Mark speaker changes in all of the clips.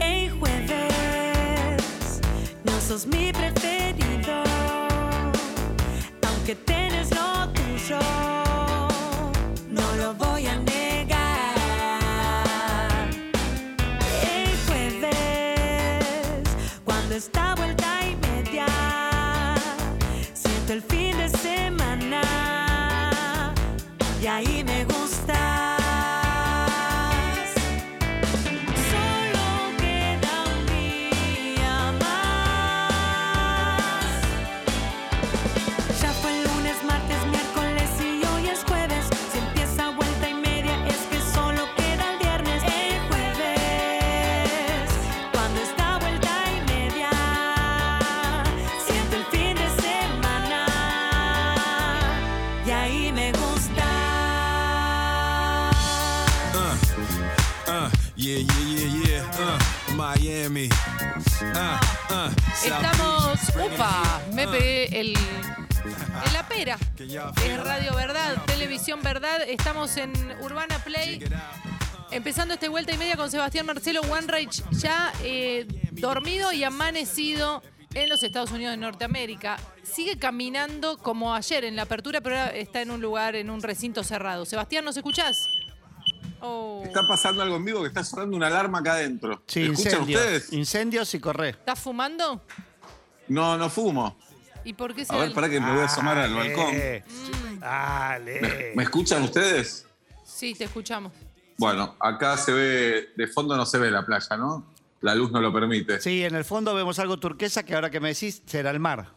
Speaker 1: Ey jueves, no sos mi preferido, aunque tenés lo tuyo, no lo voy a negar. Ey jueves, cuando está vuelta y media, siento el fin de semana y ahí me gustas. Solo queda un día más. Ya fue el lunes, martes, miércoles y hoy es jueves. Si empieza vuelta y media, es que solo queda el viernes. El jueves, cuando está vuelta y media, siento el fin de semana y ahí me gusta.
Speaker 2: Uh, uh, yeah, yeah, yeah, yeah. Uh, Miami. Uh, uh, South
Speaker 3: Estamos,
Speaker 2: Beach, bringing
Speaker 3: upa,
Speaker 2: it.
Speaker 3: me
Speaker 2: Uh,
Speaker 3: pegué el, en la pera.
Speaker 2: que ya
Speaker 3: Es
Speaker 2: feel
Speaker 3: Radio Verdad, Televisión Verdad. Estamos en Urbana Play.
Speaker 2: it out.
Speaker 3: Empezando esta vuelta y media con Sebastián Marcelo Wanreich, ya eh, dormido y amanecido en los Estados Unidos de Norteamérica. Sigue caminando como ayer en la apertura, pero ahora está en un lugar, en un recinto cerrado. Sebastián, ¿nos escuchás? Oh,
Speaker 4: Está pasando algo en vivo que está sonando una alarma acá adentro.
Speaker 5: Sí,
Speaker 4: ¿Escuchan
Speaker 5: incendios.
Speaker 4: ustedes?
Speaker 5: Incendios y correr.
Speaker 3: ¿Estás fumando?
Speaker 4: No, no fumo.
Speaker 3: ¿Y por qué se
Speaker 4: A ver, pará que me voy a asomar al balcón.
Speaker 5: Ah, Dale.
Speaker 4: ¿Me escuchan ustedes?
Speaker 3: Sí, te escuchamos.
Speaker 4: Bueno, acá se ve, de fondo no se ve la playa, ¿no? La luz no lo permite.
Speaker 5: Sí, en el fondo vemos algo turquesa que ahora que me decís será el mar.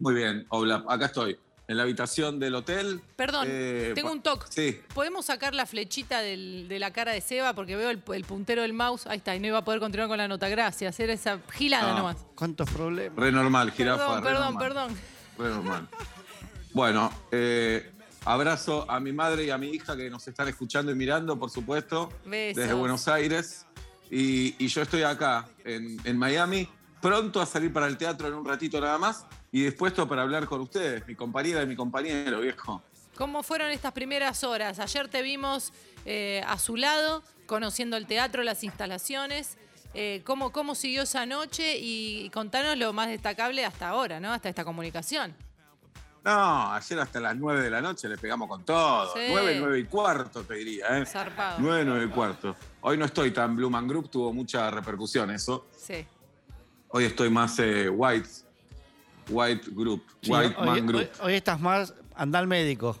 Speaker 4: Muy bien, Obla, acá estoy. En la habitación del hotel.
Speaker 3: Perdón,
Speaker 4: Eh,
Speaker 3: tengo
Speaker 4: pa-
Speaker 3: un toque.
Speaker 4: Sí.
Speaker 3: ¿Podemos sacar la flechita del- de la cara de Seba? Porque veo el, el puntero del mouse. Ahí está, y no iba a poder continuar con la nota. Gracias, era esa gilada
Speaker 4: No,
Speaker 3: nomás.
Speaker 5: ¿Cuántos problemas?
Speaker 4: Re normal, jirafa.
Speaker 3: Perdón,
Speaker 4: re
Speaker 3: perdón,
Speaker 4: normal.
Speaker 3: perdón.
Speaker 4: Re normal. Bueno, eh, abrazo a mi madre y a mi hija que nos están escuchando y mirando, por supuesto,
Speaker 3: Besos.
Speaker 4: desde Buenos Aires. Y, y yo estoy acá, en, en Miami, pronto a salir para el teatro en un ratito nada más y dispuesto para hablar con ustedes, mi compañera y mi compañero, viejo.
Speaker 3: ¿Cómo fueron estas primeras horas? Ayer te vimos eh, a su lado, conociendo el teatro, las instalaciones. Eh, ¿cómo, ¿Cómo siguió esa noche? Y contanos lo más destacable hasta ahora, ¿no? Hasta esta comunicación.
Speaker 4: No, ayer hasta las 9 de la noche le pegamos con todo.
Speaker 3: Sí.
Speaker 4: 9, 9 y cuarto, te diría. ¿eh?
Speaker 3: Zarpado.
Speaker 4: 9, 9 y cuarto. Hoy no estoy tan Blue Man Group, tuvo mucha repercusión eso.
Speaker 3: Sí.
Speaker 4: Hoy estoy más eh, white. White Group.
Speaker 5: Sí,
Speaker 4: white
Speaker 5: hoy,
Speaker 4: Man Group.
Speaker 5: hoy- hoy estás más, anda al médico.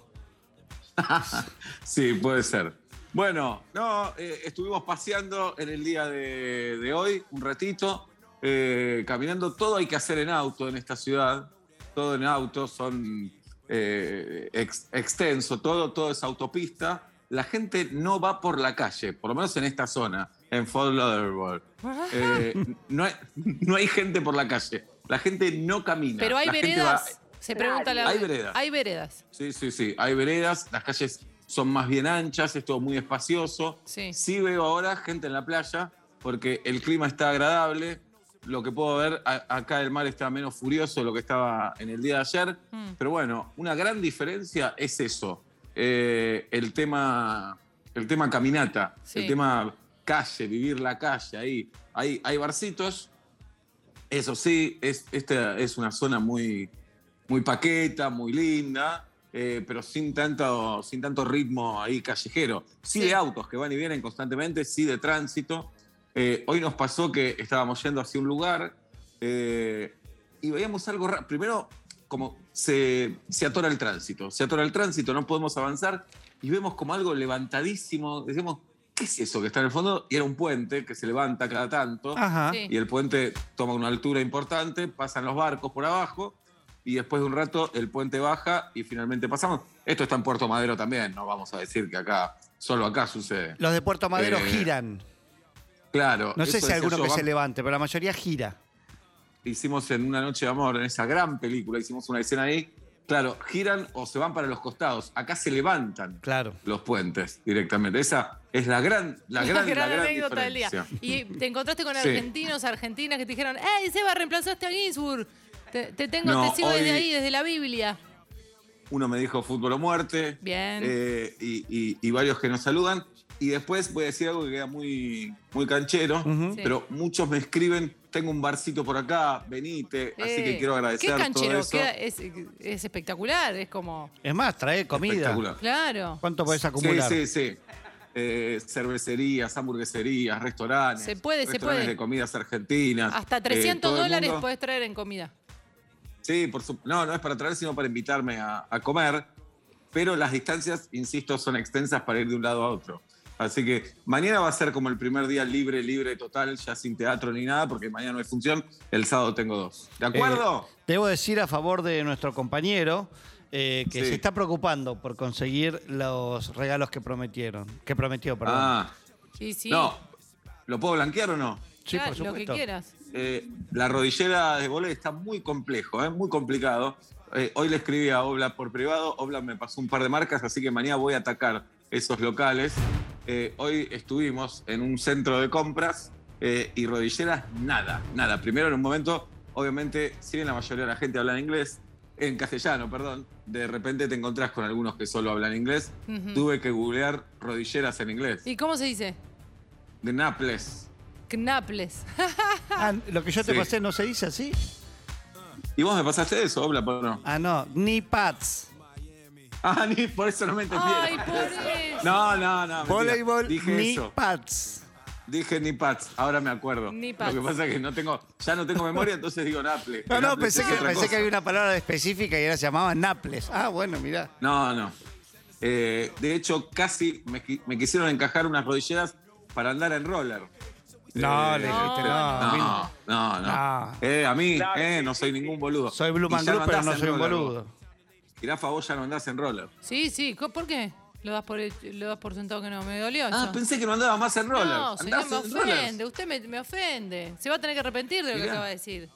Speaker 4: Sí, puede ser. Bueno, no, eh, estuvimos paseando en el día de, de hoy, un ratito, eh, caminando. Todo hay que hacer en auto en esta ciudad. Todo en auto, son eh, ex- extenso, todo, todo es autopista. La gente no va por la calle, por lo menos en esta zona, en Fort Lauderdale. Eh, no, hay, no hay gente por la calle. La gente no camina.
Speaker 3: Pero hay
Speaker 4: La gente va-
Speaker 3: veredas. Se pregunta la.
Speaker 4: Hay veredas.
Speaker 3: Hay veredas.
Speaker 4: Sí, sí, sí. Hay veredas, las calles son más bien anchas, es todo muy espacioso.
Speaker 3: Sí.
Speaker 4: veo ahora gente en la playa porque el clima está agradable. Lo que puedo ver, a- acá el mar está menos furioso de lo que estaba en el día de ayer.
Speaker 3: Mm.
Speaker 4: Pero bueno, una gran diferencia es eso. eh, el, tema, el tema caminata,
Speaker 3: Sí.
Speaker 4: el tema calle, vivir la calle. Ahí hay, hay barcitos. Eso sí, es, esta es una zona muy, muy paqueta, muy linda, eh, pero sin tanto, sin tanto ritmo ahí callejero. Sí,
Speaker 3: Sí.
Speaker 4: de autos que van y vienen constantemente, sí de tránsito. Eh, hoy nos pasó que estábamos yendo hacia un lugar eh, y veíamos algo raro. Primero, como se, se atora el tránsito, se atora el tránsito, no podemos avanzar y vemos como algo levantadísimo. Decimos, ¿qué es eso que está en el fondo? Y era un puente que se levanta cada tanto
Speaker 5: Ajá.
Speaker 3: Sí.
Speaker 4: Ah, y el puente toma una altura importante, pasan los barcos por abajo y después de un rato el puente baja y finalmente pasamos. Esto está en Puerto Madero también, no vamos a decir que acá, solo acá sucede.
Speaker 5: Los de Puerto Madero
Speaker 4: Eh,
Speaker 5: giran.
Speaker 4: Claro.
Speaker 5: No sé si
Speaker 4: eso decía
Speaker 5: alguno
Speaker 4: yo,
Speaker 5: que se
Speaker 4: vamos-
Speaker 5: levante, pero la mayoría gira.
Speaker 4: Hicimos en Una Noche de Amor, en esa gran película, hicimos una escena ahí. Claro, giran o se van para los costados. Acá se levantan
Speaker 5: Claro.
Speaker 4: los puentes directamente. Esa es la gran, la gran, la gran
Speaker 3: anécdota del día.
Speaker 4: diferencia.
Speaker 3: Y te encontraste con
Speaker 4: Sí.
Speaker 3: argentinos, argentinas que te dijeron, ¡Ey, Seba, reemplazaste a Ginsburg! Te, te tengo,
Speaker 4: No,
Speaker 3: te sigo desde
Speaker 4: hoy-
Speaker 3: ahí, desde la Biblia.
Speaker 4: Uno me dijo fútbol o muerte.
Speaker 3: Bien.
Speaker 4: eh, y, y- y varios que nos saludan. Y después voy a decir algo que queda muy, muy canchero,
Speaker 5: Ujú.
Speaker 3: Sí.
Speaker 4: pero muchos me escriben, tengo un barcito por acá, venite, así que
Speaker 3: Eh,
Speaker 4: quiero agradecer
Speaker 3: Qué
Speaker 4: todo
Speaker 3: canchero,
Speaker 4: eso.
Speaker 3: queda- es, es espectacular, es como,
Speaker 5: Es más, trae comida.
Speaker 4: Espectacular.
Speaker 3: claro,
Speaker 5: ¿Cuánto podés acumular?
Speaker 4: Sí, sí, sí. Eh, cervecerías, hamburgueserías, restaurantes.
Speaker 3: Se puede, se
Speaker 4: restaurantes
Speaker 3: puede.
Speaker 4: de comidas argentinas. eh,
Speaker 3: hasta 300
Speaker 4: todo el
Speaker 3: dólares
Speaker 4: mundo.
Speaker 3: podés traer en comida.
Speaker 4: Sí, por su- no, no es para traer, sino para invitarme a, a comer. Pero las distancias, insisto, son extensas para ir de un lado a otro. Así que mañana va a ser como el primer día libre, libre total, ya sin teatro ni nada, porque mañana no hay función. El sábado tengo dos. ¿De acuerdo?
Speaker 5: Eh, debo decir a favor de nuestro compañero eh, que
Speaker 4: Sí.
Speaker 5: se está preocupando por conseguir los regalos que prometieron. Que prometió, perdón.
Speaker 4: ah,
Speaker 3: Sí, sí.
Speaker 4: no. ¿Lo puedo blanquear o no?
Speaker 5: sí,
Speaker 3: claro,
Speaker 5: por
Speaker 3: lo que
Speaker 5: supuesto.
Speaker 3: quieras.
Speaker 4: Eh, la rodillera de volei está muy complejo, ¿eh? muy complicado. Eh, hoy le escribí a Obla por privado, Obla me pasó un par de marcas, así que mañana voy a atacar esos locales. Eh, hoy estuvimos en un centro de compras eh, y rodilleras, nada, nada. Primero en un momento, obviamente, si bien la mayoría de la gente habla en inglés, en castellano, perdón, de repente te encontrás con algunos que solo hablan inglés.
Speaker 3: Ujú.
Speaker 4: Tuve que googlear rodilleras en inglés.
Speaker 3: ¿Y cómo se dice?
Speaker 4: De Naples.
Speaker 3: Knaples.
Speaker 5: Ah, lo que yo te
Speaker 4: Sí.
Speaker 5: pasé no se dice así.
Speaker 4: ¿Y vos me pasaste eso, Obla, o no?
Speaker 5: Ah, no. Ni pads.
Speaker 4: Ah, ni por eso no me entendieron.
Speaker 3: Ay, por eso.
Speaker 4: No, no, no. Ah, mentira.
Speaker 5: Voleibol,
Speaker 4: Dije
Speaker 5: ni
Speaker 4: eso.
Speaker 5: pads.
Speaker 4: Dije ni Pats. Ahora me acuerdo.
Speaker 3: Ni
Speaker 4: Lo que
Speaker 3: Pats.
Speaker 4: pasa es que no tengo, ya no tengo memoria, entonces digo Naple.
Speaker 5: No,
Speaker 4: El
Speaker 5: no,
Speaker 4: Naple
Speaker 5: pensé
Speaker 4: es
Speaker 5: que,
Speaker 4: otra
Speaker 5: pensé que
Speaker 4: cosa.
Speaker 5: había una palabra específica y era se llamaba Naples. Ah, bueno, mirá.
Speaker 4: No, no. Eh, de hecho, casi me, qui- me quisieron encajar unas rodilleras para andar en roller.
Speaker 5: No,
Speaker 4: Eh,
Speaker 5: le dijiste, no.
Speaker 4: No,
Speaker 5: mil-
Speaker 4: no, no.
Speaker 5: No.
Speaker 4: Eh, a mí, eh, no soy ningún boludo.
Speaker 5: Ah. Soy Blue
Speaker 4: Y ya
Speaker 5: Group, pero
Speaker 4: andás
Speaker 5: no
Speaker 4: en
Speaker 5: soy un
Speaker 4: roller, vos.
Speaker 5: boludo.
Speaker 4: Jirafa, vos ya no andás en roller.
Speaker 3: Sí, sí, co- ¿por qué? Lo das por, hecho- lo das por sentado que no, me dolió.
Speaker 4: Ah,
Speaker 3: eso.
Speaker 4: pensé que no andabas más en roller.
Speaker 3: No, señor,
Speaker 4: Andás
Speaker 3: me
Speaker 4: en roller.
Speaker 3: ofende, usted me, me ofende. Se va a tener que arrepentir de lo que
Speaker 4: Mirá.
Speaker 3: acaba de decir.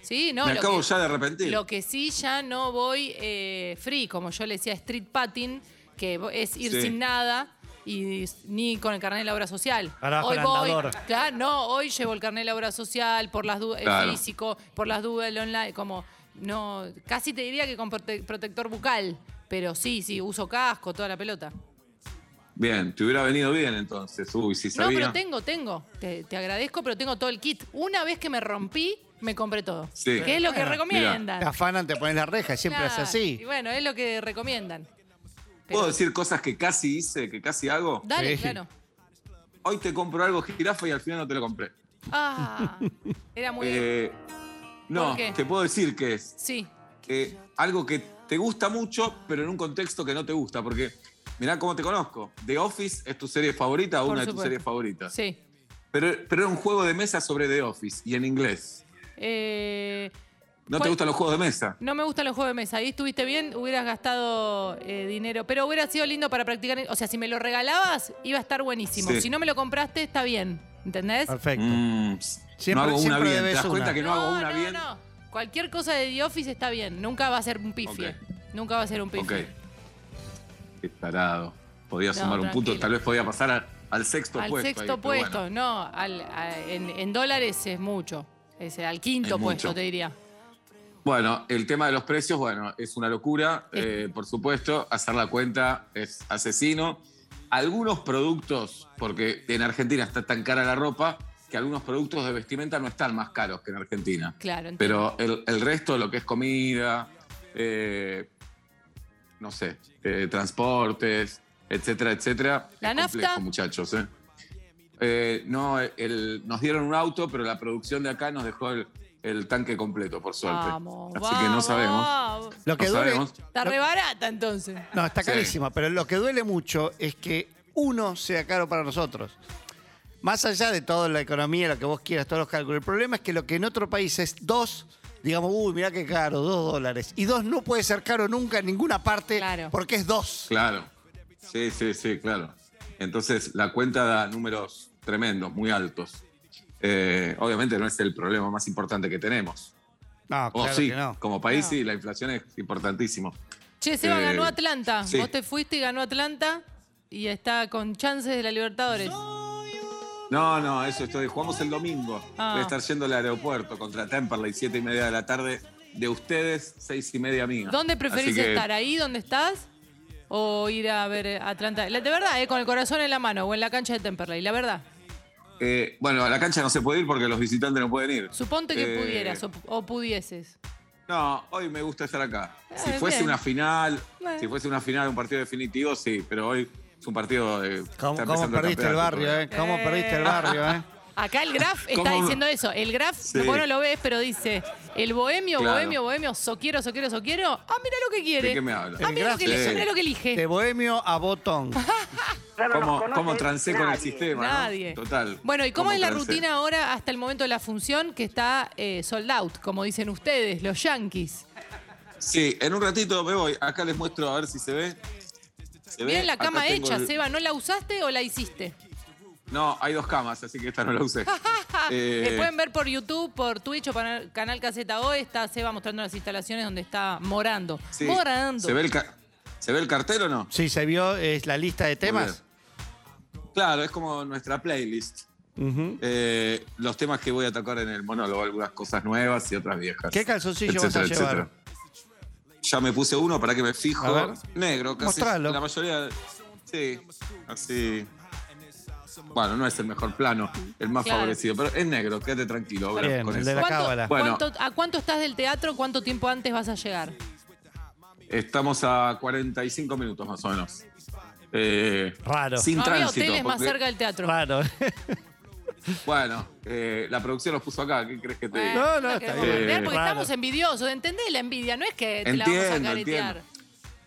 Speaker 3: Sí, no,
Speaker 4: me
Speaker 3: lo
Speaker 4: acabo
Speaker 3: que,
Speaker 4: ya de arrepentir.
Speaker 3: Lo que sí ya no voy eh, free, como yo le decía, street patting, que vo- es ir
Speaker 4: Sí.
Speaker 3: sin nada y s- ni con el carnet de la obra social.
Speaker 5: Ahora vas
Speaker 3: hoy
Speaker 5: con andador.
Speaker 3: claro, no, hoy llevo el carnet de la obra social por las dudas,
Speaker 4: Claro.
Speaker 3: el físico, por las dudas el online, como no, casi te diría que con prote- protector bucal, pero sí, sí, uso casco, toda la pelota.
Speaker 4: Bien, te hubiera venido bien entonces. Uy, sí
Speaker 3: No,
Speaker 4: sabía.
Speaker 3: pero tengo, tengo. Te, te agradezco, pero tengo todo el kit. Una vez que me rompí, me compré todo.
Speaker 4: Sí. Ah,
Speaker 3: Que es lo que
Speaker 4: Bueno,
Speaker 3: recomiendan.
Speaker 5: Te afanan, te pones la reja, siempre
Speaker 3: Claro,
Speaker 5: es
Speaker 3: Y
Speaker 5: así.
Speaker 3: bueno, es lo que recomiendan. Pero-
Speaker 4: ¿Puedo decir cosas que casi hice, que casi hago?
Speaker 3: Dale,
Speaker 5: Sí.
Speaker 3: claro.
Speaker 4: Hoy te compro algo jirafa y al final no te lo compré.
Speaker 3: Ah, era muy bien.
Speaker 4: Eh, no,
Speaker 3: ¿Por qué?
Speaker 4: te puedo decir que es
Speaker 3: Sí,
Speaker 4: eh, algo que te gusta mucho, pero en un contexto que no te gusta, porque mirá cómo te conozco. The Office es tu serie favorita o
Speaker 3: Por
Speaker 4: una de tus
Speaker 3: supuesto.
Speaker 4: series favoritas.
Speaker 3: sí.
Speaker 4: Pero, pero era un juego de mesa sobre The Office y en inglés.
Speaker 3: Eh,
Speaker 4: ¿No te
Speaker 3: ¿Cuál-
Speaker 4: gustan los juegos de mesa?
Speaker 3: no me gustan los juegos de mesa. Ahí estuviste bien, hubieras gastado eh, dinero. Pero hubiera sido lindo para practicar. O sea, si me lo regalabas, iba a estar buenísimo.
Speaker 4: Sí.
Speaker 3: Si no me lo compraste, está bien. ¿Entendés?
Speaker 5: Perfecto.
Speaker 4: Mm,
Speaker 5: Siempre-
Speaker 4: no hago una
Speaker 5: siempre
Speaker 4: bien. ¿Te
Speaker 5: debes
Speaker 4: das cuenta
Speaker 5: una.
Speaker 4: que no, hago una
Speaker 3: no,
Speaker 4: bien?
Speaker 3: no. Cualquier cosa de The Office está bien. Nunca va a ser un pifie. Nunca va a ser un
Speaker 4: Ok.
Speaker 3: pifie.
Speaker 4: Qué tarado. Podía
Speaker 3: No,
Speaker 4: sumar un punto,
Speaker 3: tranquilo.
Speaker 4: tal vez podía pasar a- al sexto
Speaker 3: Al
Speaker 4: puesto. ahí,
Speaker 3: sexto
Speaker 4: pero bueno.
Speaker 3: puesto, no. al- a- en, en dólares es mucho. Es, al quinto
Speaker 4: Es
Speaker 3: puesto,
Speaker 4: mucho.
Speaker 3: te diría.
Speaker 4: Bueno, el tema de los precios, bueno, es una locura,
Speaker 3: Es-
Speaker 4: eh, por supuesto. Hacer la cuenta es asesino. Algunos productos, porque en Argentina está tan cara la ropa, que algunos productos de vestimenta no están más caros que en Argentina.
Speaker 3: Claro, entiendo.
Speaker 4: Pero el, el resto, lo que es comida, eh, no sé, eh, transportes, etcétera, etcétera.
Speaker 3: ¿La
Speaker 4: es
Speaker 3: nafta?
Speaker 4: complejo, muchachos. ¿eh? Eh, no, el- nos dieron un auto, pero la producción de acá nos dejó el, el tanque completo, por suerte.
Speaker 3: Vamos,
Speaker 4: pues, Así
Speaker 3: vamos.
Speaker 4: que no sabemos.
Speaker 5: Lo que
Speaker 4: no
Speaker 5: duele.
Speaker 4: sabemos.
Speaker 3: Está re barata entonces.
Speaker 5: No, está
Speaker 4: Sí.
Speaker 5: carísima, pero lo que duele mucho es que uno sea caro para nosotros. Más allá de toda la economía, lo que vos quieras, todos los cálculos. El problema es que lo que en otro país es dos, digamos, uy, mirá qué caro, dos dólares. Y dos no puede ser caro nunca en ninguna parte
Speaker 3: Claro.
Speaker 5: porque es dos.
Speaker 4: Claro. Sí, sí, sí, claro. Entonces, la cuenta da números tremendos, muy altos. Eh, obviamente no es el problema más importante que tenemos.
Speaker 5: No,
Speaker 4: O
Speaker 5: claro
Speaker 4: Oh, sí,
Speaker 5: que no.
Speaker 4: como país sí, la inflación es importantísimo.
Speaker 3: Che, Seba
Speaker 4: Eh,
Speaker 3: ganó Atlanta.
Speaker 4: sí.
Speaker 3: Vos te fuiste y ganó Atlanta y está con chances de la Libertadores.
Speaker 4: No, no, eso estoy. Jugamos el domingo.
Speaker 3: Ah.
Speaker 4: Voy a estar yendo al aeropuerto contra Temperley, siete y media de la tarde. de ustedes, seis y media mía.
Speaker 3: ¿Dónde preferís
Speaker 4: Así que-
Speaker 3: estar? ¿Ahí donde estás? ¿O ir a ver eh, Atlanta? La- De verdad, eh, con el corazón en la mano o en la cancha de Temperley, la verdad.
Speaker 4: Eh, bueno, a la cancha no se puede ir porque los visitantes no pueden ir.
Speaker 3: Suponte que
Speaker 4: Eh,
Speaker 3: pudieras o, o pudieses.
Speaker 4: No, hoy me gusta estar acá. Si
Speaker 3: Ah,
Speaker 4: fuese
Speaker 3: bien.
Speaker 4: una final,
Speaker 3: Bueno.
Speaker 4: si fuese una final, un partido definitivo, sí, pero hoy es un partido de.
Speaker 5: ¿Cómo, cómo perdiste el barrio, eh? ¿Cómo
Speaker 3: Eh.
Speaker 5: perdiste el barrio, eh?
Speaker 3: Acá el Graf está
Speaker 4: ¿Cómo?
Speaker 3: diciendo eso. El Graf,
Speaker 4: Sí.
Speaker 3: vos no lo ves, pero dice, el bohemio,
Speaker 4: Claro.
Speaker 3: bohemio, bohemio, soquiero, soquiero, soquiero. Ah, mira lo que quiere.
Speaker 4: ¿De qué me hablas?
Speaker 3: Ah, mira lo, que
Speaker 4: El Graf,
Speaker 3: elige,
Speaker 4: sí.
Speaker 3: mirá lo que elige.
Speaker 5: De bohemio a botón.
Speaker 4: ¿Cómo, cómo trancé con el sistema? no?
Speaker 3: Nadie.
Speaker 4: Total.
Speaker 3: Bueno, ¿y cómo es la
Speaker 4: trancé?
Speaker 3: rutina ahora hasta el momento de la función que está eh, sold out, como dicen ustedes, los yankees?
Speaker 4: Sí, en un ratito me voy. Acá les muestro a ver si se ve. ¿Se ve?
Speaker 3: Miren la
Speaker 4: Acá
Speaker 3: cama
Speaker 4: tengo
Speaker 3: hecha,
Speaker 4: el-
Speaker 3: Seba, ¿no la usaste o la hiciste?
Speaker 4: No, hay dos camas, así que esta no la usé. Eh,
Speaker 3: Me pueden ver por YouTube, por Twitch o por Canal Caseta O. Está Seba mostrando las instalaciones donde está morando.
Speaker 4: sí.
Speaker 3: Morando.
Speaker 4: ¿Se ve, el ca- ¿Se ve el cartel o no?
Speaker 5: Sí, se vio es la lista de temas.
Speaker 4: Claro, es como nuestra playlist.
Speaker 5: Ujú.
Speaker 4: Eh, los temas que voy a tocar en el monólogo, algunas cosas nuevas y otras viejas.
Speaker 5: ¿Qué calzoncillo vas a llevar?
Speaker 4: Ya me puse uno para que me fijo.
Speaker 5: A ver.
Speaker 4: Negro, casi.
Speaker 5: Mostralo.
Speaker 4: La mayoría. Sí, así. Bueno, no es el mejor plano, el más
Speaker 3: Claro.
Speaker 4: favorecido, pero es negro, quédate tranquilo. bueno,
Speaker 5: Bien,
Speaker 4: con
Speaker 5: el
Speaker 4: eso.
Speaker 5: de la
Speaker 3: ¿Cuánto-
Speaker 5: cábala.
Speaker 4: Bueno.
Speaker 3: cuánto- ¿A cuánto estás del teatro? ¿Cuánto tiempo antes vas a llegar?
Speaker 4: Estamos a 45 minutos más o menos. Eh,
Speaker 5: Raro.
Speaker 4: Sin
Speaker 3: no había
Speaker 4: tránsito.
Speaker 3: hoteles más
Speaker 4: porque-
Speaker 3: cerca del teatro.
Speaker 5: Raro.
Speaker 4: Bueno, eh, la producción los puso acá, ¿qué crees que te diga?
Speaker 3: Bueno,
Speaker 5: No, no,
Speaker 3: la
Speaker 5: está
Speaker 3: queremos
Speaker 4: bien.
Speaker 3: bardear porque
Speaker 5: Raro.
Speaker 3: estamos envidiosos. ¿Entendés la envidia? No es que te la vamos a
Speaker 4: Entiendo,
Speaker 3: caretear.
Speaker 4: entiendo.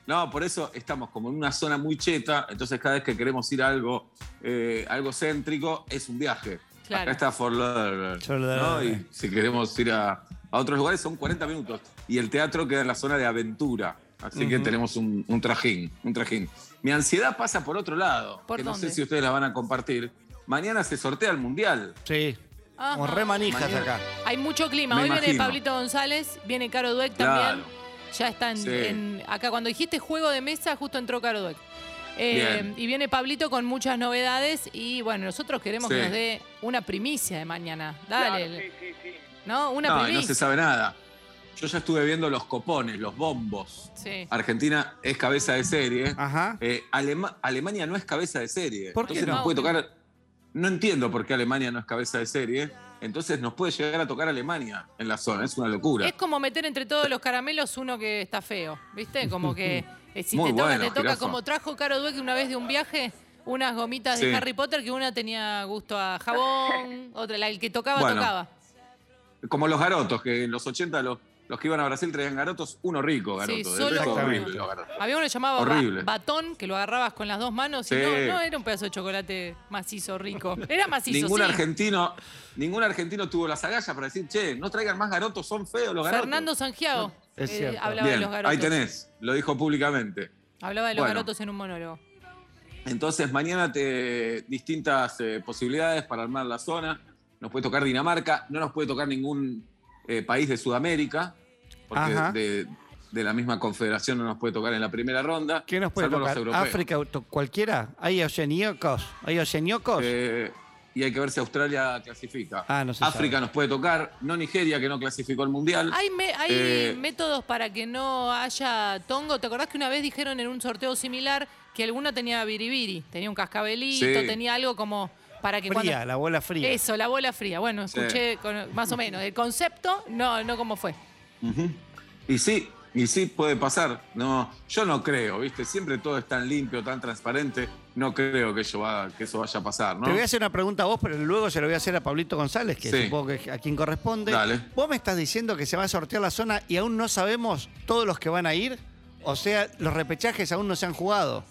Speaker 4: No, por eso estamos como en una zona muy cheta, entonces cada vez que queremos ir a algo, eh, algo céntrico, es un viaje.
Speaker 3: Claro.
Speaker 4: Acá está Fort Lauderdale,
Speaker 5: Fort Lauderdale.
Speaker 4: ¿no? Y si queremos ir a, a otros lugares son 40 minutos. Y el teatro queda en la zona de aventura, así que tenemos un, un trajín, un trajín. Mi ansiedad pasa por otro lado,
Speaker 3: ¿Por
Speaker 4: que no
Speaker 3: dónde?
Speaker 4: sé si ustedes la van a compartir. Mañana se sortea el Mundial.
Speaker 5: Sí.
Speaker 3: Ajá.
Speaker 5: Como re manijas
Speaker 4: Mañana.
Speaker 5: acá.
Speaker 3: Hay mucho clima.
Speaker 4: Me
Speaker 3: Hoy viene
Speaker 4: imagino.
Speaker 3: Pablito González, viene Caro Dueck
Speaker 4: Claro.
Speaker 3: también. Ya está en,
Speaker 4: Sí.
Speaker 3: en- acá. Cuando dijiste juego de mesa, justo entró Caro Dueck. Eh,
Speaker 4: Bien.
Speaker 3: y viene Pablito con muchas novedades. Y bueno, nosotros queremos
Speaker 4: Sí.
Speaker 3: que nos dé una primicia de mañana. Dale. ¿No? Una
Speaker 4: no, y no
Speaker 3: primicia.
Speaker 4: se sabe nada. Yo ya estuve viendo los copones, los bombos.
Speaker 3: Sí.
Speaker 4: Argentina es cabeza de serie.
Speaker 5: Ajá.
Speaker 4: Eh, Alema- Alemania no es cabeza de serie.
Speaker 5: ¿Por qué
Speaker 4: Entonces
Speaker 3: no?
Speaker 4: nos puede tocar. No entiendo por qué Alemania no es cabeza de serie. Entonces nos puede llegar a tocar Alemania en la zona. Es una locura.
Speaker 3: Es como meter entre todos los caramelos uno que está feo, ¿viste? Como que eh, si
Speaker 4: Muy
Speaker 3: te toca,
Speaker 4: bueno,
Speaker 3: te toca.
Speaker 4: jirafa.
Speaker 3: Como trajo Caro Dweck una vez de un viaje unas gomitas de
Speaker 4: Sí.
Speaker 3: Harry Potter que una tenía gusto a jabón, otra, la, el que tocaba,
Speaker 4: Bueno.
Speaker 3: tocaba.
Speaker 4: Como los garotos, que en los 80 los, los que iban a Brasil traían garotos, uno rico garoto.
Speaker 3: Sí,
Speaker 4: del
Speaker 3: solo
Speaker 4: resto,
Speaker 3: uno.
Speaker 4: horrible los garotos.
Speaker 3: Había uno que llamaba ba-
Speaker 4: Horrible.
Speaker 3: batón, que lo agarrabas con las dos manos y
Speaker 4: Sí.
Speaker 3: no, no era un pedazo de chocolate macizo, rico. Era macizo,
Speaker 4: Ningún
Speaker 3: sí.
Speaker 4: argentino, ningún argentino tuvo las agallas para decir, che, no traigan más garotos, son feos los garotos.
Speaker 3: Fernando Sangiao
Speaker 5: Es
Speaker 3: eh,
Speaker 5: cierto.
Speaker 3: hablaba
Speaker 4: Bien,
Speaker 3: de los garotos.
Speaker 4: ahí tenés, lo dijo públicamente.
Speaker 3: Hablaba de los
Speaker 4: Bueno.
Speaker 3: garotos en un monólogo.
Speaker 4: Entonces, mañana te distintas eh, posibilidades para armar la zona. Nos puede tocar Dinamarca, no nos puede tocar ningún eh, país de Sudamérica, porque
Speaker 5: Ajá.
Speaker 4: de, de la misma confederación no nos puede tocar en la primera ronda.
Speaker 5: ¿Qué nos puede
Speaker 4: salvo
Speaker 5: tocar?
Speaker 4: Los europeos.
Speaker 5: ¿África to- cualquiera? ¿Hay oceaniocos? ¿Hay oceaniocos?
Speaker 4: Eh, y hay que ver si Australia clasifica.
Speaker 5: Ah, no se
Speaker 4: África nos puede tocar, no Nigeria, que no clasificó el Mundial.
Speaker 3: Hay, me- hay
Speaker 4: Eh,
Speaker 3: métodos para que no haya tongo. ¿Te acordás que una vez dijeron en un sorteo similar que alguna tenía biribiri? Tenía un cascabelito,
Speaker 4: Sí.
Speaker 3: tenía algo como para que
Speaker 5: fría,
Speaker 3: cuando...
Speaker 5: la bola fría.
Speaker 3: Eso, la bola fría. Bueno,
Speaker 4: Sí.
Speaker 3: escuché con- más o menos. El concepto, no, no cómo fue.
Speaker 4: Ujú. Y sí, y sí puede pasar. No, yo no creo, ¿viste? Siempre todo es tan limpio, tan transparente. No creo que, ello va- que eso vaya a pasar, ¿no?
Speaker 5: Te voy a hacer una pregunta a vos, pero luego se lo voy a hacer a Pablito González, que
Speaker 4: Sí.
Speaker 5: supongo que es a quien corresponde.
Speaker 4: Dale.
Speaker 5: Vos me estás diciendo que se va a sortear la zona y aún no sabemos todos los que van a ir. O sea, los repechajes aún no se han jugado.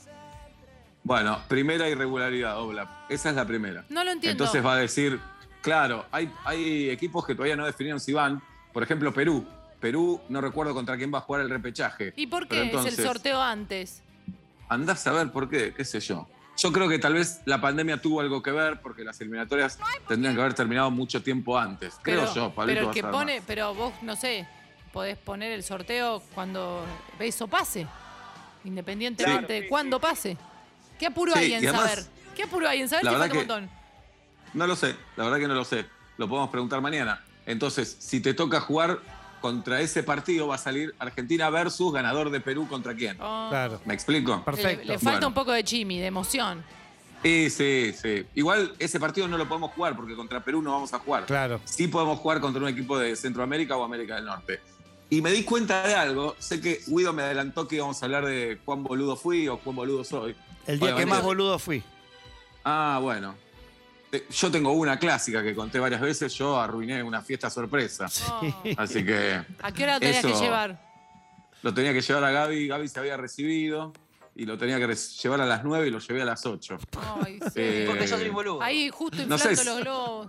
Speaker 4: Bueno, primera irregularidad, Obla. Esa es la primera.
Speaker 3: No lo entiendo.
Speaker 4: Entonces va a decir, claro, hay, hay equipos que todavía no definieron si van. Por ejemplo, Perú. Perú, no recuerdo contra quién va a jugar el repechaje.
Speaker 3: ¿Y por
Speaker 4: Pero
Speaker 3: qué es el
Speaker 4: entonces,
Speaker 3: sorteo antes?
Speaker 4: Andás a ver por qué, qué sé yo. Yo creo que tal vez la pandemia tuvo algo que ver porque las eliminatorias tendrían que haber terminado mucho tiempo antes. Creo
Speaker 3: pero,
Speaker 4: yo, Pablito.
Speaker 3: Pero el
Speaker 4: vas
Speaker 3: que
Speaker 4: a ver
Speaker 3: pone,
Speaker 4: más.
Speaker 3: pero vos, no sé, podés poner el sorteo cuando eso pase. Independientemente de cuándo pase. ¿Qué apuro
Speaker 4: Sí,
Speaker 3: hay en
Speaker 4: y además,
Speaker 3: saber? ¿Qué apuro hay en saber
Speaker 4: la
Speaker 3: si
Speaker 4: verdad
Speaker 3: falta un
Speaker 4: que-
Speaker 3: montón?
Speaker 4: No lo sé, la verdad que no lo sé. Lo podemos preguntar mañana. Entonces, si te toca jugar contra ese partido va a salir Argentina versus ganador de Perú contra quién.
Speaker 3: Oh,
Speaker 5: Claro.
Speaker 4: ¿Me explico?
Speaker 3: le-
Speaker 5: Perfecto.
Speaker 3: Le, falta
Speaker 4: Bueno.
Speaker 3: un poco de Jimmy, de emoción.
Speaker 4: Sí, sí, sí. Igual ese partido no lo podemos jugar porque contra Perú no vamos a jugar.
Speaker 5: Claro.
Speaker 4: Sí podemos jugar contra un equipo de Centroamérica o América del Norte. Y me di cuenta de algo. Sé que Guido me adelantó que íbamos a hablar de cuán boludo fui o cuán boludo soy.
Speaker 5: El día que
Speaker 4: Obviamente.
Speaker 5: más boludo fui.
Speaker 4: Ah, bueno. Te- Yo tengo una clásica que conté varias veces. Yo arruiné una fiesta sorpresa.
Speaker 3: Oh.
Speaker 4: Así que
Speaker 3: ¿A qué hora lo tenías que
Speaker 4: Eso.
Speaker 3: llevar?
Speaker 4: lo tenía que llevar a Gaby. Gaby se había recibido y lo tenía que re- llevar a las 9 y lo llevé a las 8.
Speaker 3: Ay, sí.
Speaker 4: Eh,
Speaker 6: Porque yo soy boludo.
Speaker 3: Ahí justo
Speaker 4: no
Speaker 3: inflando
Speaker 4: sé si-
Speaker 3: los globos.